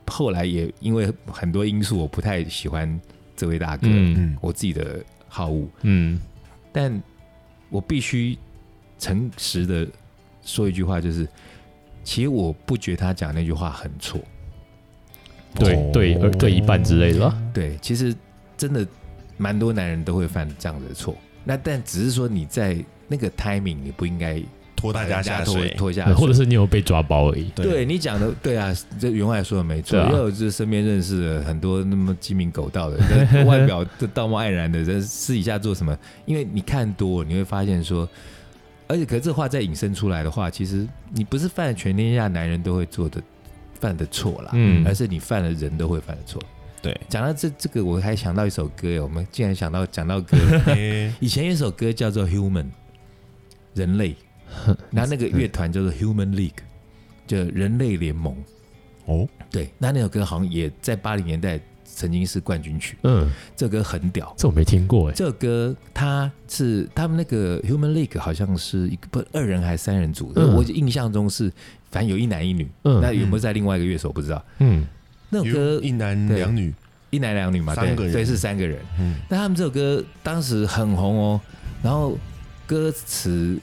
Speaker 3: 后来也因为很多因素，我不太喜欢这位大哥，
Speaker 2: 嗯
Speaker 1: 嗯，
Speaker 3: 我自己的好恶，
Speaker 2: 嗯
Speaker 3: 但我必须诚实的说一句话，就是其实我不觉得他讲那句话很错。
Speaker 2: 对
Speaker 1: 哦
Speaker 2: 对而对一半之类的吧
Speaker 3: 对，其实真的蛮多男人都会犯这样子的错。那但只是说你在那个 timing，你不应该
Speaker 1: 拖大家下
Speaker 3: 拖
Speaker 1: 水，
Speaker 3: 拖下
Speaker 2: 呃
Speaker 3: 水，
Speaker 2: 或者是你有被抓包而已。
Speaker 1: 对
Speaker 3: 啊对你讲的，对啊，这员外说的没错。
Speaker 2: 对啊
Speaker 3: 因为我这身边认识了很多那么鸡鸣狗盗 的，跟外表这道貌岸然的，但是私底下做什么？因为你看多，你会发现说，而且可是这话再引申出来的话，其实你不是犯了全天下男人都会做的犯的错啦，
Speaker 2: 嗯
Speaker 3: 而是你犯了人都会犯的错。
Speaker 1: 对，
Speaker 3: 讲到这这个，我还想到一首歌耶，我们竟然想到讲到歌了
Speaker 1: 诶
Speaker 3: 以前有一首歌叫做《Human》，人类，然后那个乐团叫做 Human League，就人类联盟。
Speaker 1: 哦，
Speaker 3: 对，那那首歌好像也在八零年代曾经是冠军曲，
Speaker 2: 嗯，
Speaker 3: 这首歌很屌。
Speaker 2: 这我没听过哎、
Speaker 3: 这首歌它是他们那个 Human League 好像是一个不二人还是三人组，
Speaker 2: 嗯
Speaker 3: 我印象中是反正有一男一女，那
Speaker 2: 嗯
Speaker 3: 有没有在另外一个乐手不知道。
Speaker 2: 嗯
Speaker 3: 那首
Speaker 1: 有
Speaker 3: 歌
Speaker 1: 一男
Speaker 3: 对
Speaker 1: 两女，
Speaker 3: 一男两女嘛，
Speaker 1: 三
Speaker 3: 对
Speaker 1: 个人
Speaker 3: 对是三个人。
Speaker 1: 嗯，
Speaker 3: 那他们这首歌当时很红哦，然后歌词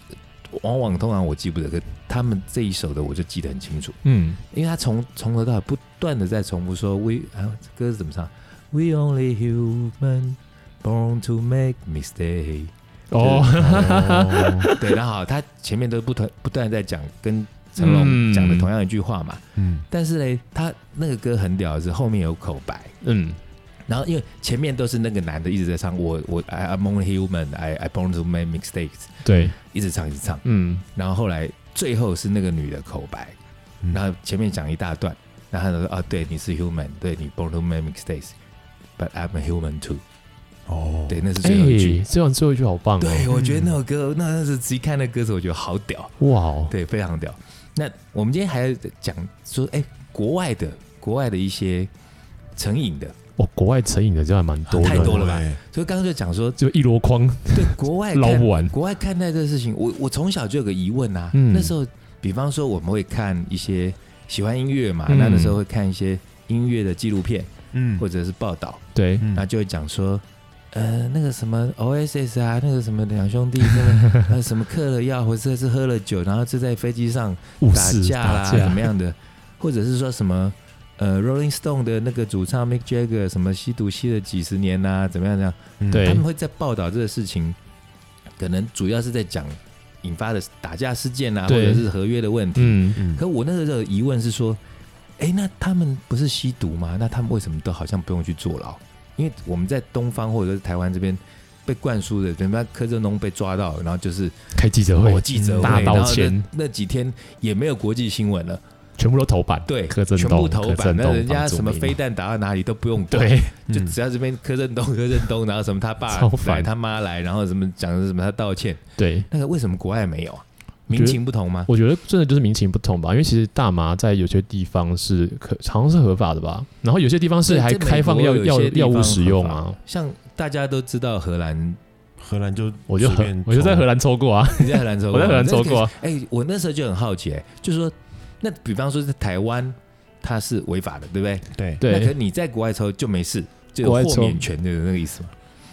Speaker 3: 往往通常我记不得，可他们这一首的我就记得很清楚，
Speaker 2: 嗯，
Speaker 3: 因为他从从头到尾不断的在重复说 “we” 啊，这歌是怎么唱？“We only human born to make mistake”。
Speaker 2: 哦，
Speaker 1: 哦
Speaker 3: 对，然后好他前面都不断不断地在讲跟成龙讲的同样一句话嘛，
Speaker 1: 嗯，
Speaker 3: 但是呢，他那个歌很屌的是后面有口白。
Speaker 2: 嗯
Speaker 3: 然后因为前面都是那个男的一直在唱我我 I I'm only human I I born to make mistakes，
Speaker 2: 对，
Speaker 3: 一直唱一直唱，
Speaker 2: 嗯
Speaker 3: 然后后来最后是那个女的口白，
Speaker 1: 嗯
Speaker 3: 然后前面讲一大段，然后他说啊对你是 human，对你 born to make mistakes，but I'm a human too，
Speaker 1: 哦，
Speaker 3: 对，那是
Speaker 2: 哎、
Speaker 3: 最后一句。
Speaker 2: 这样最后一句好棒
Speaker 3: 对，
Speaker 2: 哦，
Speaker 3: 我觉得那首歌，那那是直看那歌词，我觉得好屌，
Speaker 2: 哇哦，
Speaker 3: 对，非常屌。那我们今天还要讲说，哎，国外的国外的一些成瘾的，
Speaker 2: 哇，国外成瘾的就还蛮多的，
Speaker 3: 太多了吧
Speaker 1: 对？
Speaker 3: 所以刚刚就讲说，
Speaker 2: 就一箩筐
Speaker 3: 对国外看
Speaker 2: 捞不完。
Speaker 3: 国外看待这个事情，我我从小就有个疑问啊。
Speaker 2: 嗯
Speaker 3: 那时候，比方说我们会看一些喜欢音乐嘛，
Speaker 2: 嗯
Speaker 3: 那那时候会看一些音乐的纪录片
Speaker 1: 嗯，
Speaker 3: 或者是报道，
Speaker 2: 对，
Speaker 1: 嗯
Speaker 3: 那就会讲说，呃，那个什么 OSS 啊，那个什么两 兄弟，那个呃什么嗑了药，或者是喝了酒，然后就在飞机上
Speaker 2: 误
Speaker 3: 打
Speaker 2: 事
Speaker 3: 架啦，
Speaker 2: 打架
Speaker 3: 怎么样的，或者是说什么呃 Rolling Stone 的那个主唱 Mick Jagger 什么吸毒吸了几十年呐、怎么样怎么样。
Speaker 1: 嗯
Speaker 2: 对
Speaker 3: 他们会在报道这个事情，可能主要是在讲引发的打架事件啊，或
Speaker 2: 对
Speaker 3: 者是合约的问题。
Speaker 2: 嗯，
Speaker 1: 嗯
Speaker 3: 可我那个时候疑问是说，哎、那他们不是吸毒吗？那他们为什么都好像不用去坐牢？因为我们在东方或者是台湾这边被灌输的，人家柯震东被抓到，然后就是
Speaker 2: 开记者会
Speaker 3: 我，哦记者会，
Speaker 2: 嗯大道
Speaker 3: 然后
Speaker 2: 歉
Speaker 3: 那那几天也没有国际新闻了，
Speaker 2: 全部都头版，
Speaker 3: 对，
Speaker 2: 柯震
Speaker 3: 全
Speaker 2: 东，
Speaker 3: 部头
Speaker 2: 柯
Speaker 3: 版，
Speaker 2: 震
Speaker 3: 那
Speaker 2: 东，
Speaker 3: 人家
Speaker 2: 房祖
Speaker 3: 什么
Speaker 2: 名
Speaker 3: 飞弹打到哪里都不用管，
Speaker 2: 对，
Speaker 3: 就
Speaker 1: 嗯
Speaker 3: 只要这边柯震东、柯震东，然后什么他爸
Speaker 2: 超烦
Speaker 3: 来他妈来，然后什么讲什么他道歉，
Speaker 2: 对，
Speaker 3: 那个为什么国外没有啊？民情不同吗？
Speaker 2: 我觉得真的就是民情不同吧，因为其实大麻在有些地方是可好像是合法的吧，然后有些地方是
Speaker 3: 对
Speaker 2: 还
Speaker 3: 在美
Speaker 2: 开放
Speaker 3: 国
Speaker 2: 药
Speaker 3: 有一
Speaker 2: 药
Speaker 3: 些地
Speaker 2: 药物
Speaker 3: 方
Speaker 2: 使
Speaker 3: 合
Speaker 2: 用
Speaker 3: 法
Speaker 2: 啊。
Speaker 3: 像大家都知道 荷兰，
Speaker 1: 荷兰就
Speaker 2: 我就
Speaker 1: 随
Speaker 2: 荷
Speaker 1: 便
Speaker 2: 我就在荷兰抽过 啊，
Speaker 3: 你在荷兰抽
Speaker 2: 我
Speaker 3: 过吗，
Speaker 2: 在荷兰抽过啊
Speaker 3: 那个。哎，我那时候就很好奇，哎就是说，那比方说在台湾，它是违法的，对不对？
Speaker 1: 抽对
Speaker 3: 那可
Speaker 2: 对
Speaker 3: 是你在国外抽就没事，就
Speaker 2: 国外
Speaker 3: 有豁
Speaker 2: 抽
Speaker 3: 免权的那个意思嘛？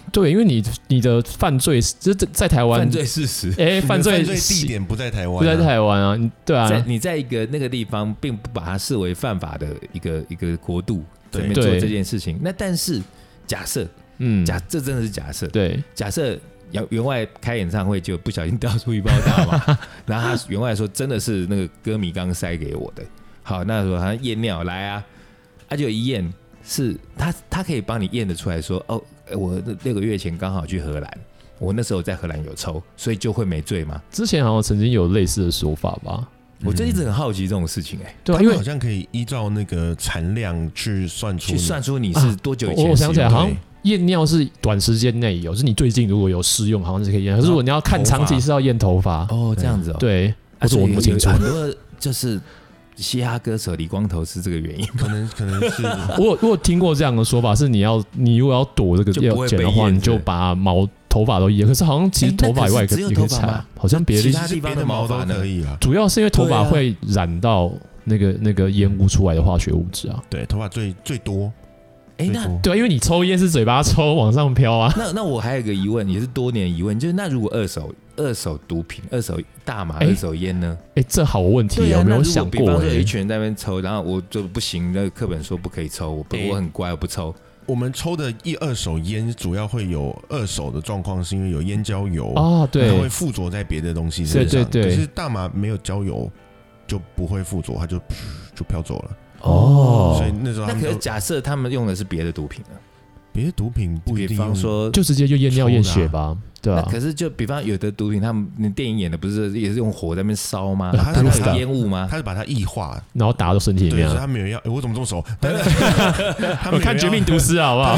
Speaker 2: 对，因为你你的犯罪是这这在台湾
Speaker 3: 犯，罪事实，
Speaker 2: 哎，
Speaker 1: 你的
Speaker 2: 犯罪
Speaker 1: 罪地
Speaker 2: 是
Speaker 1: 点不在台湾啊，
Speaker 2: 不在台湾啊，你对
Speaker 3: 在
Speaker 2: 啊，
Speaker 3: 你在一个那个地方，并不把它视为犯法的一个一个国度，
Speaker 1: 对
Speaker 3: 里面做
Speaker 2: 对
Speaker 3: 这件事情。那但是假设
Speaker 2: 嗯，
Speaker 3: 假这真的是假设，
Speaker 2: 对，
Speaker 3: 假设员员外开演唱会就不小心掉出一包 大麻，然后他员外说真的是那个歌迷刚塞给我的。好，那时候他验尿来啊，他就一验是他他可以帮你验得出来说哦，呃我那六个月前刚好去荷兰，我那时候在荷兰有抽，所以就会没罪吗？
Speaker 2: 之前好像曾经有类似的说法吧，
Speaker 3: 我就一直很好奇这种事情哎、
Speaker 2: 对啊，
Speaker 1: 他
Speaker 2: 因
Speaker 1: 们
Speaker 2: 为
Speaker 1: 好像可以依照那个产量去算出
Speaker 3: 去
Speaker 1: 你，
Speaker 3: 算出你是多久以前使
Speaker 2: 啊哦我
Speaker 3: 用、
Speaker 2: 我想起来，好像
Speaker 1: 对
Speaker 2: 验尿是短时间内有，是你最近如果有试用，好像是可以验。可是如果你要看
Speaker 1: 头发
Speaker 2: 长期是要验头发，
Speaker 3: 哦，这样子哦，
Speaker 2: 对，
Speaker 3: 啊，
Speaker 2: 或者
Speaker 3: 所以
Speaker 2: 我嗯不
Speaker 3: 有
Speaker 2: 清楚
Speaker 3: 有。很多就是嘻哈歌手理光头是这个原因，
Speaker 1: 可能可 能是
Speaker 2: 我有我有听过这样的说法，是你要你如果要躲这个
Speaker 3: 就不
Speaker 2: 要
Speaker 3: 会
Speaker 2: 剪的
Speaker 3: 被
Speaker 2: 话，
Speaker 3: 验
Speaker 2: 你就
Speaker 3: 对
Speaker 2: 把毛头发都验。可是好像其实
Speaker 3: 哎那
Speaker 2: 头发
Speaker 3: 可
Speaker 2: 以
Speaker 3: 是
Speaker 2: 外也
Speaker 3: 只
Speaker 2: 可以
Speaker 3: 有
Speaker 2: 也可以
Speaker 3: 头发
Speaker 2: 擦
Speaker 3: 吗，
Speaker 2: 好像别
Speaker 3: 其
Speaker 2: 的
Speaker 3: 他地
Speaker 1: 别
Speaker 3: 方
Speaker 1: 的
Speaker 3: 毛
Speaker 1: 毛
Speaker 3: 发
Speaker 1: 都
Speaker 3: 呢
Speaker 1: 可以啊。
Speaker 2: 主要是因为头发
Speaker 3: 对啊
Speaker 2: 会染到那个那个烟雾出来的化学物质啊。
Speaker 1: 对，头发最最多，
Speaker 3: 哎，
Speaker 1: 最
Speaker 3: 那
Speaker 1: 多
Speaker 2: 对啊，因为你抽烟是嘴巴抽往上飘啊，
Speaker 3: 那那我还有一个疑问，也是多年疑问，就是那如果二手二手毒品、二手大麻、
Speaker 2: 哎
Speaker 3: 二手烟呢？啊
Speaker 2: 哎，这好问题，有没有想
Speaker 3: 那如果比
Speaker 2: 过
Speaker 3: 方说有
Speaker 2: 哎
Speaker 3: 一？群人在那边抽，然后我就不行，那个课本说不可以抽，我不
Speaker 1: 哎
Speaker 3: 我很乖，我不抽。
Speaker 1: 我们抽的一二手烟主要会有二手的状况，是因为有烟焦油，
Speaker 2: 啊，对
Speaker 1: 它，会附着在别的东西身上。
Speaker 2: 对对对
Speaker 1: 可是大麻没有焦油就不会附着，它就噗就飘走了。
Speaker 2: 哦
Speaker 1: 所以那时候
Speaker 3: 那
Speaker 1: 他们
Speaker 3: 可是
Speaker 1: 都
Speaker 3: 假设他们用的是别的毒品呢？
Speaker 1: 别的毒品不一
Speaker 3: 比
Speaker 1: 定
Speaker 3: 方
Speaker 1: 用
Speaker 3: 说，
Speaker 2: 就直接就验尿验血吧，对
Speaker 3: 那
Speaker 2: 啊，
Speaker 3: 可是就比方有的毒品，他们那电影演的不是也是用火在那边烧吗？
Speaker 1: 啊
Speaker 3: 它
Speaker 1: 它
Speaker 3: 是
Speaker 1: 是
Speaker 3: 烟雾吗？
Speaker 1: 他是把它异化，
Speaker 2: 然后打到身体里
Speaker 1: 对，
Speaker 2: 面
Speaker 1: 所以
Speaker 2: 啊。
Speaker 1: 他没有要，诶我怎么这么熟？但是他
Speaker 2: 我
Speaker 1: 没有
Speaker 2: 看《
Speaker 1: 要
Speaker 2: 绝命毒师》啊，好不好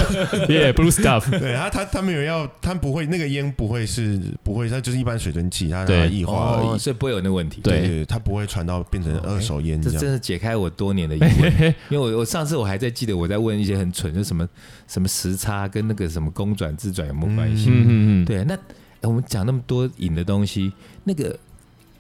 Speaker 2: ？Yeah，Blue Stuff。
Speaker 1: 对，他他他没有要，他不会那个烟不会是不会，它就是一般水蒸气，它让它
Speaker 2: 对
Speaker 1: 异化而
Speaker 3: 哦，
Speaker 1: 已。
Speaker 3: 所以不会有那个问题。
Speaker 2: 对
Speaker 1: 对，它不会传到变成二手烟
Speaker 3: 这
Speaker 1: 这
Speaker 3: 真
Speaker 1: 样。
Speaker 3: 的解开我多年的疑问， 因为我我上次我还在记得我在问一些很蠢，就什么什么时差跟那个什么公转自转有没有关系？
Speaker 1: 嗯
Speaker 2: 嗯嗯，
Speaker 3: 对，那、哎我们讲那么多瘾的东西，那个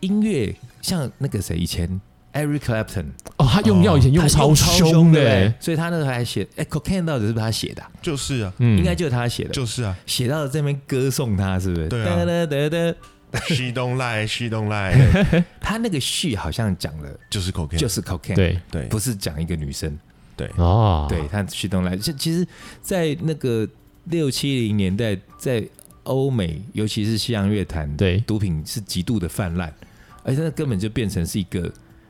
Speaker 3: 音乐像那个谁以前 Eric Clapton
Speaker 2: 哦，他用药以前
Speaker 3: 他
Speaker 2: 用超
Speaker 3: 凶
Speaker 2: 凶的
Speaker 3: 对不
Speaker 2: 欸
Speaker 3: 对，所以他那时候还写，哎、c o c a i n e 到底是不是他写的啊、
Speaker 1: 就是啊，
Speaker 2: 嗯
Speaker 3: 应该就是他写的，
Speaker 1: 就是啊
Speaker 3: 写到这边歌颂他是不是？
Speaker 1: 对啊
Speaker 3: 哒哒哒哒
Speaker 1: ，She don't lie, she don't lie，
Speaker 3: 他那个序好像讲了
Speaker 1: 就是 cocaine，
Speaker 3: 就是是 cocaine，，
Speaker 2: 对
Speaker 1: 对，
Speaker 3: 不是讲一个女生。
Speaker 2: 哦，
Speaker 3: 对，他驱动来，其其实，在那个六七零年代，在欧美，尤其是西洋乐坛，
Speaker 2: 对
Speaker 3: 毒品是极度的泛滥，而且那根本就变成是一个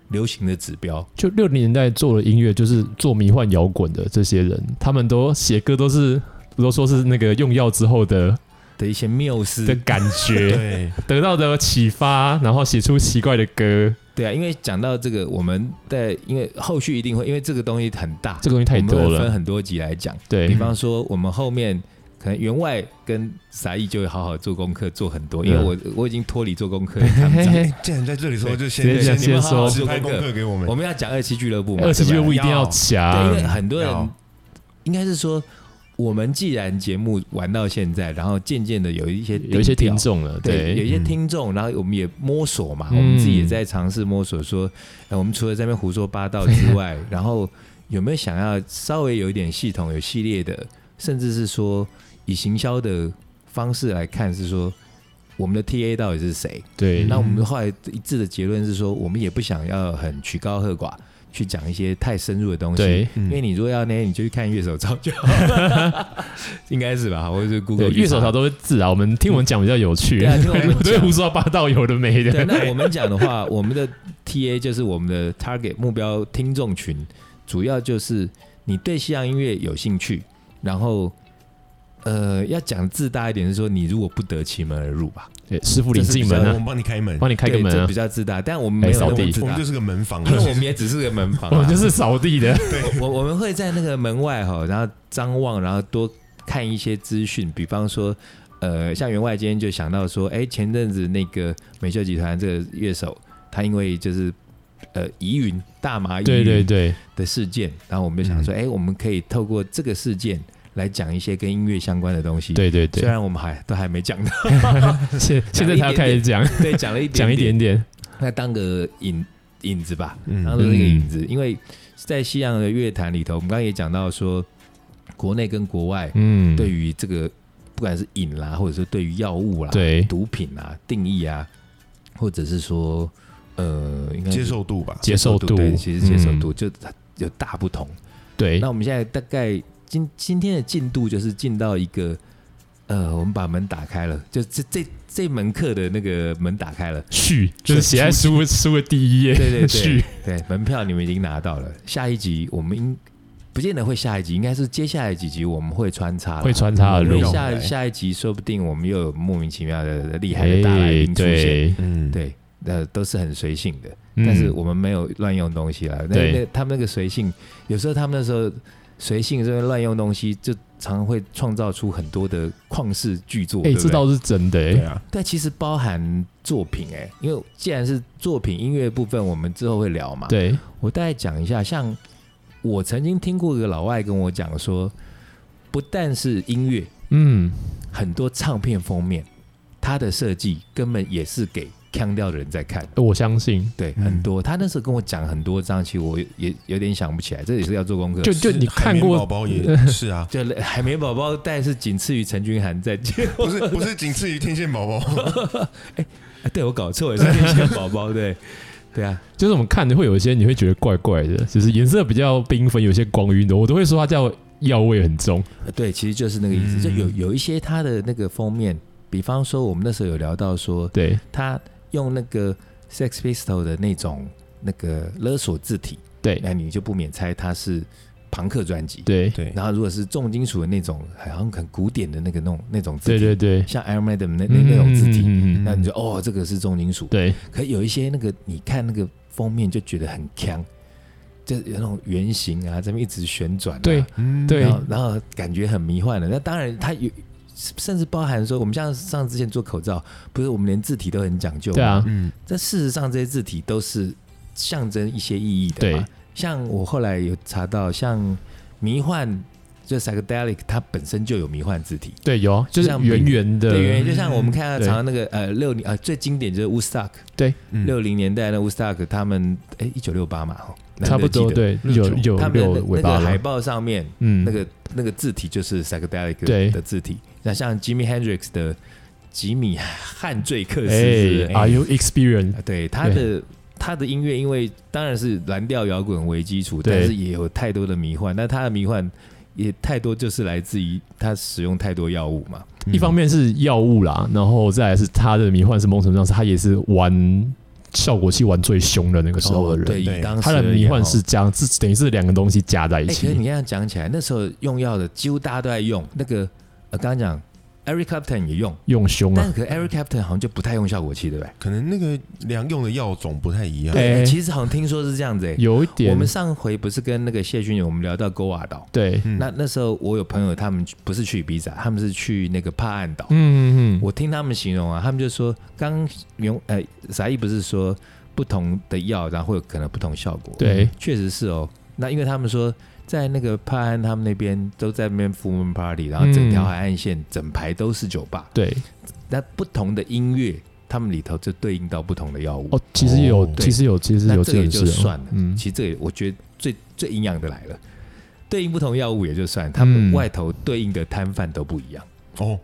Speaker 3: 流行的指标。
Speaker 2: 就六零年代做的音乐，就是做迷幻摇滚的这些人，他们都写歌都是都说是那个用药之后的
Speaker 3: 的一些缪斯，
Speaker 2: 的
Speaker 3: 对
Speaker 2: 感觉，
Speaker 1: 对，
Speaker 2: 得到的启发，然后写出奇怪的歌，
Speaker 3: 啊，因为讲到这个，我们在因为后续一定会，因为这个东西很大，
Speaker 2: 这个东西太多
Speaker 3: 我们会分
Speaker 2: 了。
Speaker 3: 很多集来讲。比
Speaker 2: 对，
Speaker 3: 方说，我们后面可能员外跟撒意就会好好做功课，做很多，因为
Speaker 2: 嗯
Speaker 3: 我我已经脱离做功课 的行
Speaker 2: 嘿
Speaker 3: 长
Speaker 2: 嘿
Speaker 1: 哎既然在这里说，就先
Speaker 2: 直接
Speaker 1: 先
Speaker 2: 讲
Speaker 1: 你们
Speaker 2: 先
Speaker 3: 好
Speaker 2: 说
Speaker 3: 好做
Speaker 1: 指派
Speaker 3: 功
Speaker 1: 功
Speaker 3: 课。
Speaker 1: 课给我们
Speaker 3: 我。们要讲二期俱乐部嘛，
Speaker 2: 二十
Speaker 3: 对
Speaker 2: 俱乐
Speaker 3: 吧
Speaker 2: 部一定要
Speaker 1: 要
Speaker 3: 对，因
Speaker 2: 强
Speaker 3: 为，很多人
Speaker 1: 要
Speaker 3: 应该是说，我们既然节目玩到现在，然后渐渐的有一些
Speaker 2: 有一些
Speaker 3: 定调
Speaker 2: 听，众了，
Speaker 3: 对，有
Speaker 2: 对
Speaker 3: 一些
Speaker 1: 嗯
Speaker 3: 听众，然后我们也摸索嘛，
Speaker 2: 嗯
Speaker 3: 我们自己也在尝试摸索说，呃我们除了在那边胡说八道 之外，然后有没有想要稍微有一点系统、有系列的，甚至是说以行销的方式来看，是说我们的 TA 到底是谁？
Speaker 2: 对，
Speaker 3: 那我们后来一致的结论是说，我们也不想要很曲高和寡，去讲一些太深入的东西。
Speaker 2: 对
Speaker 1: 嗯
Speaker 3: 因为你如果要那些，你就 去看乐手抄就好，应该是吧？或者是 Google
Speaker 2: 对
Speaker 3: 去
Speaker 2: 乐手
Speaker 3: 查
Speaker 2: 条都是字啊，我们听我们讲比较有趣，
Speaker 3: 对啊听我 们
Speaker 2: 对，都会
Speaker 3: 讲
Speaker 2: 胡说八道，有的没
Speaker 3: 对，
Speaker 2: 的。
Speaker 3: 那我们讲的话，我们的 TA 就是我们的 target 目标听众群，主要就是你对西洋音乐有兴趣，然后呃，要讲自大一点是说，你如果不得其门而入吧，
Speaker 2: 对师傅领进门
Speaker 1: 我
Speaker 2: 啊，
Speaker 1: 们帮你开门，
Speaker 2: 帮你开个
Speaker 3: 对
Speaker 2: 门
Speaker 3: 这
Speaker 2: 啊
Speaker 3: 比，较自大，但我们没
Speaker 2: 来
Speaker 3: 有那
Speaker 2: 扫
Speaker 3: 么
Speaker 2: 地
Speaker 3: 自
Speaker 1: 我们
Speaker 3: 大
Speaker 1: 就，是个门房啊
Speaker 3: 啊 因为我们也只是个门房、啊，
Speaker 2: 我们哦就是扫地 的，
Speaker 3: 我我们会在那个门外哈，然后张望，然后多看一些资讯，比方说，呃，像员外今天就想到说，哎，前阵子那个美秀集团这个乐手，他因为就是呃疑云大麻疑
Speaker 2: 对对嗯
Speaker 3: 云
Speaker 2: 对，
Speaker 3: 的事件，然后我们就想说，哎、我们可以透过这个事件来讲一些跟音乐相关的东西。，
Speaker 2: 对对
Speaker 3: 虽
Speaker 2: 对，
Speaker 3: 然我们还都还没讲到，
Speaker 2: 现现在他要开始讲，
Speaker 3: 对，讲了一点
Speaker 2: 讲一点点，
Speaker 3: 那当个引引子吧，
Speaker 1: 嗯
Speaker 3: 当做这个引子，因为在西洋的乐坛里头，我们刚刚也讲到说，国内跟国外
Speaker 2: 嗯，
Speaker 3: 对于这个、不管是瘾啦，或者是对于药物啦、
Speaker 2: 对
Speaker 3: 毒品啊定义啊，或者是说呃，应该是
Speaker 1: 接受度吧，
Speaker 2: 接受度，
Speaker 3: 对，其实接受
Speaker 2: 嗯
Speaker 3: 度就有大不同。
Speaker 2: 对
Speaker 3: 那，我们现在大概今今天的进度就是进到一个。呃，我们把门打开了，就这这这门课的那个门打开了，
Speaker 2: 序就是写在书书的第一页，
Speaker 3: 对对对
Speaker 2: 序，
Speaker 3: 对，门票你们已经拿到了。下一集我们应不见得会下一集，应该是接下来几集我们会穿插啦，
Speaker 2: 会穿插的
Speaker 3: 因为
Speaker 2: 路，
Speaker 1: 容
Speaker 3: 下
Speaker 1: 来
Speaker 3: 下一集说不定我们又有莫名其妙的厉害的大来
Speaker 2: 哎
Speaker 3: 宾，出现，
Speaker 2: 对，
Speaker 1: 嗯，
Speaker 3: 对，呃，都是很随性的，
Speaker 2: 嗯
Speaker 3: 但是我们没有乱用东西啦。那
Speaker 2: 对
Speaker 3: 那他们那个随性，有时候他们那时候随性这边乱用东西，就常常会创造出很多的旷世巨作，
Speaker 2: 哎，
Speaker 3: 对不
Speaker 2: 这
Speaker 3: 对
Speaker 2: 倒是真的，
Speaker 1: 对
Speaker 2: 哎，
Speaker 1: 啊，
Speaker 3: 但其实包含作品哎、因为既然是作品音乐部分，我们之后会聊嘛。
Speaker 2: 对，
Speaker 3: 我大概讲一下，像我曾经听过一个老外跟我讲说，不但是音乐，
Speaker 2: 嗯，
Speaker 3: 很多唱片封面，它的设计根本也是给呛掉的人在看。
Speaker 2: 我相信，
Speaker 3: 对，
Speaker 1: 嗯
Speaker 3: 很多。他那时候跟我讲很多章，其实我也也有点想不起来，这也是要做功 课。
Speaker 2: 就就你
Speaker 1: 海
Speaker 2: 看
Speaker 1: 绵宝
Speaker 2: 过，
Speaker 1: 宝也是啊，
Speaker 3: 就海绵宝宝，但是仅次于陈君涵在接。
Speaker 1: 不是不是仅次于天线宝宝，
Speaker 3: 哎 对我搞 错，也是天线宝宝，对，对啊，
Speaker 2: 就是我们看的会有一些你会觉得怪怪的，就是颜色比较缤纷，有些光晕的，我都会说它叫药味很重。
Speaker 3: 对，其实就是那个意思。
Speaker 1: 嗯
Speaker 3: 就有有一些他的那个封面，比方说我们那时候有聊到说，
Speaker 2: 对，
Speaker 3: 他用那个 Sex Pistol 的那种那个勒索字体，
Speaker 2: 对，
Speaker 3: 那你就不免猜它是朋克专辑。
Speaker 2: 对，
Speaker 1: 对
Speaker 3: 然后如果是重金属的那种，好像很古典的那个那种那种字体，
Speaker 2: 对对对，
Speaker 3: 像 Iron Maiden 那那那种字体，
Speaker 2: 嗯嗯嗯嗯
Speaker 3: 那你就哦，这个是重金属。
Speaker 2: 对，
Speaker 3: 可有一些那个你看那个封面就觉得很强，就有那种圆形啊，这边一直旋转、啊，
Speaker 2: 对
Speaker 1: 嗯
Speaker 2: 对
Speaker 3: 然后然后感觉很迷幻的。那当然，它有甚至包含说，我们像上之前做口罩，不是我们连字体都很讲究，
Speaker 2: 对，啊，
Speaker 1: 嗯，
Speaker 3: 但事实上这些字体都是象征一些意义的嘛
Speaker 2: 对。
Speaker 3: 像我后来有查到，像迷幻。就 psychedelic，它本身就有迷幻字体，
Speaker 2: 对，有啊，就
Speaker 3: 就是像
Speaker 2: 圆圆的，
Speaker 3: 对，原来就像我们看到
Speaker 2: 嗯对
Speaker 3: 常常那个呃六零呃最经典就是 Woodstock，
Speaker 1: 嗯
Speaker 3: 六零年代的 Woodstock 他们哎一九六八嘛，吼
Speaker 2: 差不多，，
Speaker 3: 难得记
Speaker 2: 对，有有
Speaker 3: 得他
Speaker 2: 有
Speaker 3: 们
Speaker 2: 尾
Speaker 3: 的那
Speaker 2: 巴
Speaker 3: 个海
Speaker 2: 了，
Speaker 3: 报上面
Speaker 2: 嗯，
Speaker 3: 那个那个字体就是 psychedelic
Speaker 2: 对
Speaker 3: 的的字体，那像 Jimmy Hendrix 的吉米汉醉克斯是
Speaker 2: 哎
Speaker 3: 不是，
Speaker 2: ，Are
Speaker 3: 哎
Speaker 2: you experience？
Speaker 3: 对他的。他的音乐，因为当然是蓝调摇滚为基础，
Speaker 2: 对
Speaker 3: 但是也有太多的迷幻。那他的迷幻也太多，就是来自于他使用太多药物嘛。
Speaker 1: 嗯
Speaker 2: 一方面是药物啦，然后再来是他的迷幻是某种程度上是他也是玩效果器玩最凶的那个时候的人，
Speaker 3: 哦对，
Speaker 1: 对
Speaker 3: 以当时
Speaker 2: 他的
Speaker 3: 而
Speaker 2: 迷
Speaker 3: 言
Speaker 2: 幻
Speaker 3: 哦
Speaker 2: 是加是等于是两个东西加在一
Speaker 3: 哎、可
Speaker 2: 起
Speaker 3: 是，你刚刚讲起来，那时候用药的几乎大家都在用。那个呃，刚刚讲 Eric Clapton 也用，
Speaker 2: 用凶
Speaker 3: 但
Speaker 2: 啊，
Speaker 3: 可 Eric Clapton 好像就不太用效果器，对不对？
Speaker 1: 可能那个良用的药种不太一样，
Speaker 2: 哎
Speaker 3: 哎其实好像听说是这样子、哎，
Speaker 2: 有一点
Speaker 3: 我们上回不是跟那个谢军我们聊到勾瓦岛？
Speaker 2: 对，
Speaker 1: 嗯
Speaker 3: 那那时候我有朋友，他们不是去比萨，他们是去那个帕岸岛。
Speaker 2: 嗯嗯嗯，
Speaker 3: 我听他们形容啊，他们就说，刚用呃，撒意不是说不同的药，然后会有可能不同效果。
Speaker 2: 对
Speaker 3: 确实是哦。那因为他们说，在那个帕安他们那边都在那边 full moon party，然后
Speaker 2: 嗯
Speaker 3: 整条海岸线、整排都是酒吧，
Speaker 2: 对
Speaker 3: 那不同的音乐，他们里头就对应到不同的药物。
Speaker 2: 哦，其实有
Speaker 1: 哦
Speaker 2: 其实有其实
Speaker 3: 那
Speaker 2: 有
Speaker 3: 这个也
Speaker 2: 件
Speaker 3: 就
Speaker 2: 事哦，
Speaker 3: 算了。
Speaker 2: 嗯
Speaker 3: 其实这个我觉得最最营养的来了，对应不同药物也就算，他们
Speaker 2: 嗯
Speaker 3: 外头对应的摊贩都不一样。
Speaker 1: 哦，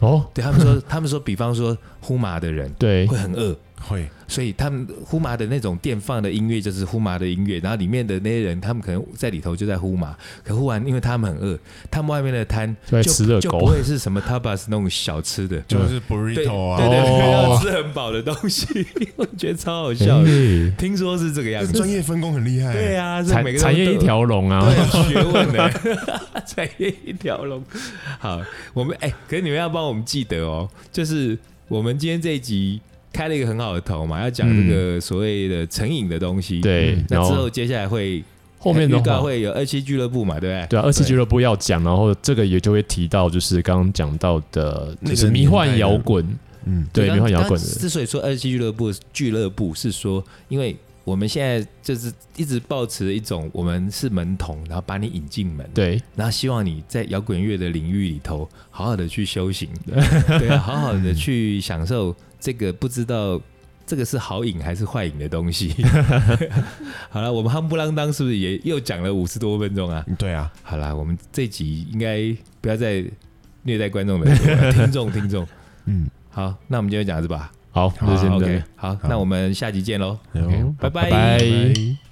Speaker 2: 哦，
Speaker 3: 对他 们说，他们说，比方说呼麻的人
Speaker 2: 对
Speaker 3: 会很饿，
Speaker 1: 会
Speaker 3: 所以他们呼麻的那种店放的音乐就是呼麻的音乐，然后里面的那些人，他们可能在里头就在呼麻，可呼完，因为他们很饿，他们外面的摊
Speaker 2: 就在
Speaker 3: 就
Speaker 2: 吃热
Speaker 3: 就不
Speaker 2: 狗，
Speaker 3: 会是什么 tapas 那种小吃的，
Speaker 1: 就是
Speaker 3: 对
Speaker 1: burrito
Speaker 3: 对
Speaker 1: 啊，
Speaker 3: 对对，
Speaker 2: 哦
Speaker 3: 要吃很饱的东西， 我觉得超好笑的。
Speaker 2: 哎
Speaker 3: 听说是这个样
Speaker 1: 这
Speaker 3: 子，
Speaker 1: 专业分工很厉害，
Speaker 3: 对啊，这
Speaker 2: 产
Speaker 3: 每个
Speaker 2: 产业一条龙啊，
Speaker 3: 对学问 的、产业一条龙。好，我们哎、可是你们要帮我们记得哦，就是我们今天这一集开了一个很好的头嘛，要讲这个所谓的成瘾的东西。
Speaker 2: 对
Speaker 3: 嗯那
Speaker 2: 然后
Speaker 3: 之后接下来会
Speaker 2: 后面的
Speaker 3: 预告
Speaker 2: 话。
Speaker 3: 会有二期俱乐部嘛，对不对？
Speaker 2: 对啊，二期
Speaker 3: 对
Speaker 2: 俱乐部要讲，然后这个也就会提到，就是刚刚讲到的，
Speaker 1: 那个
Speaker 2: 就是迷
Speaker 1: 年代
Speaker 2: 幻
Speaker 1: 的
Speaker 2: 摇滚，
Speaker 1: 嗯，
Speaker 2: 对，
Speaker 3: 刚
Speaker 2: 迷幻摇滚
Speaker 3: 刚
Speaker 2: 的，
Speaker 3: 之所以说二期俱乐部俱乐部是说，因为我们现在就是一直抱持一种我们是门童，然后把你引进门。
Speaker 2: 对，
Speaker 3: 然后希望你在摇滚乐的领域里头，好好的去修 行，对啊，好好的去享受这个不知道这个是好瘾还是坏瘾的东 西。好了，我们夯不啷当是不是也又讲了五十多分钟 啊？
Speaker 1: 对啊，
Speaker 3: 好啦，我们这集应该不要再虐待观众的耳朵 了听众听众。
Speaker 1: 嗯，
Speaker 3: 好，那我们今天就讲到这吧。
Speaker 2: 好，
Speaker 1: 好
Speaker 2: 就是
Speaker 3: 好
Speaker 2: 真的
Speaker 3: ，OK，好，
Speaker 1: 好
Speaker 3: 那我们下集见喽。
Speaker 1: 然后
Speaker 2: OK，
Speaker 3: 拜
Speaker 2: 拜
Speaker 3: 拜
Speaker 2: 拜
Speaker 1: 哦拜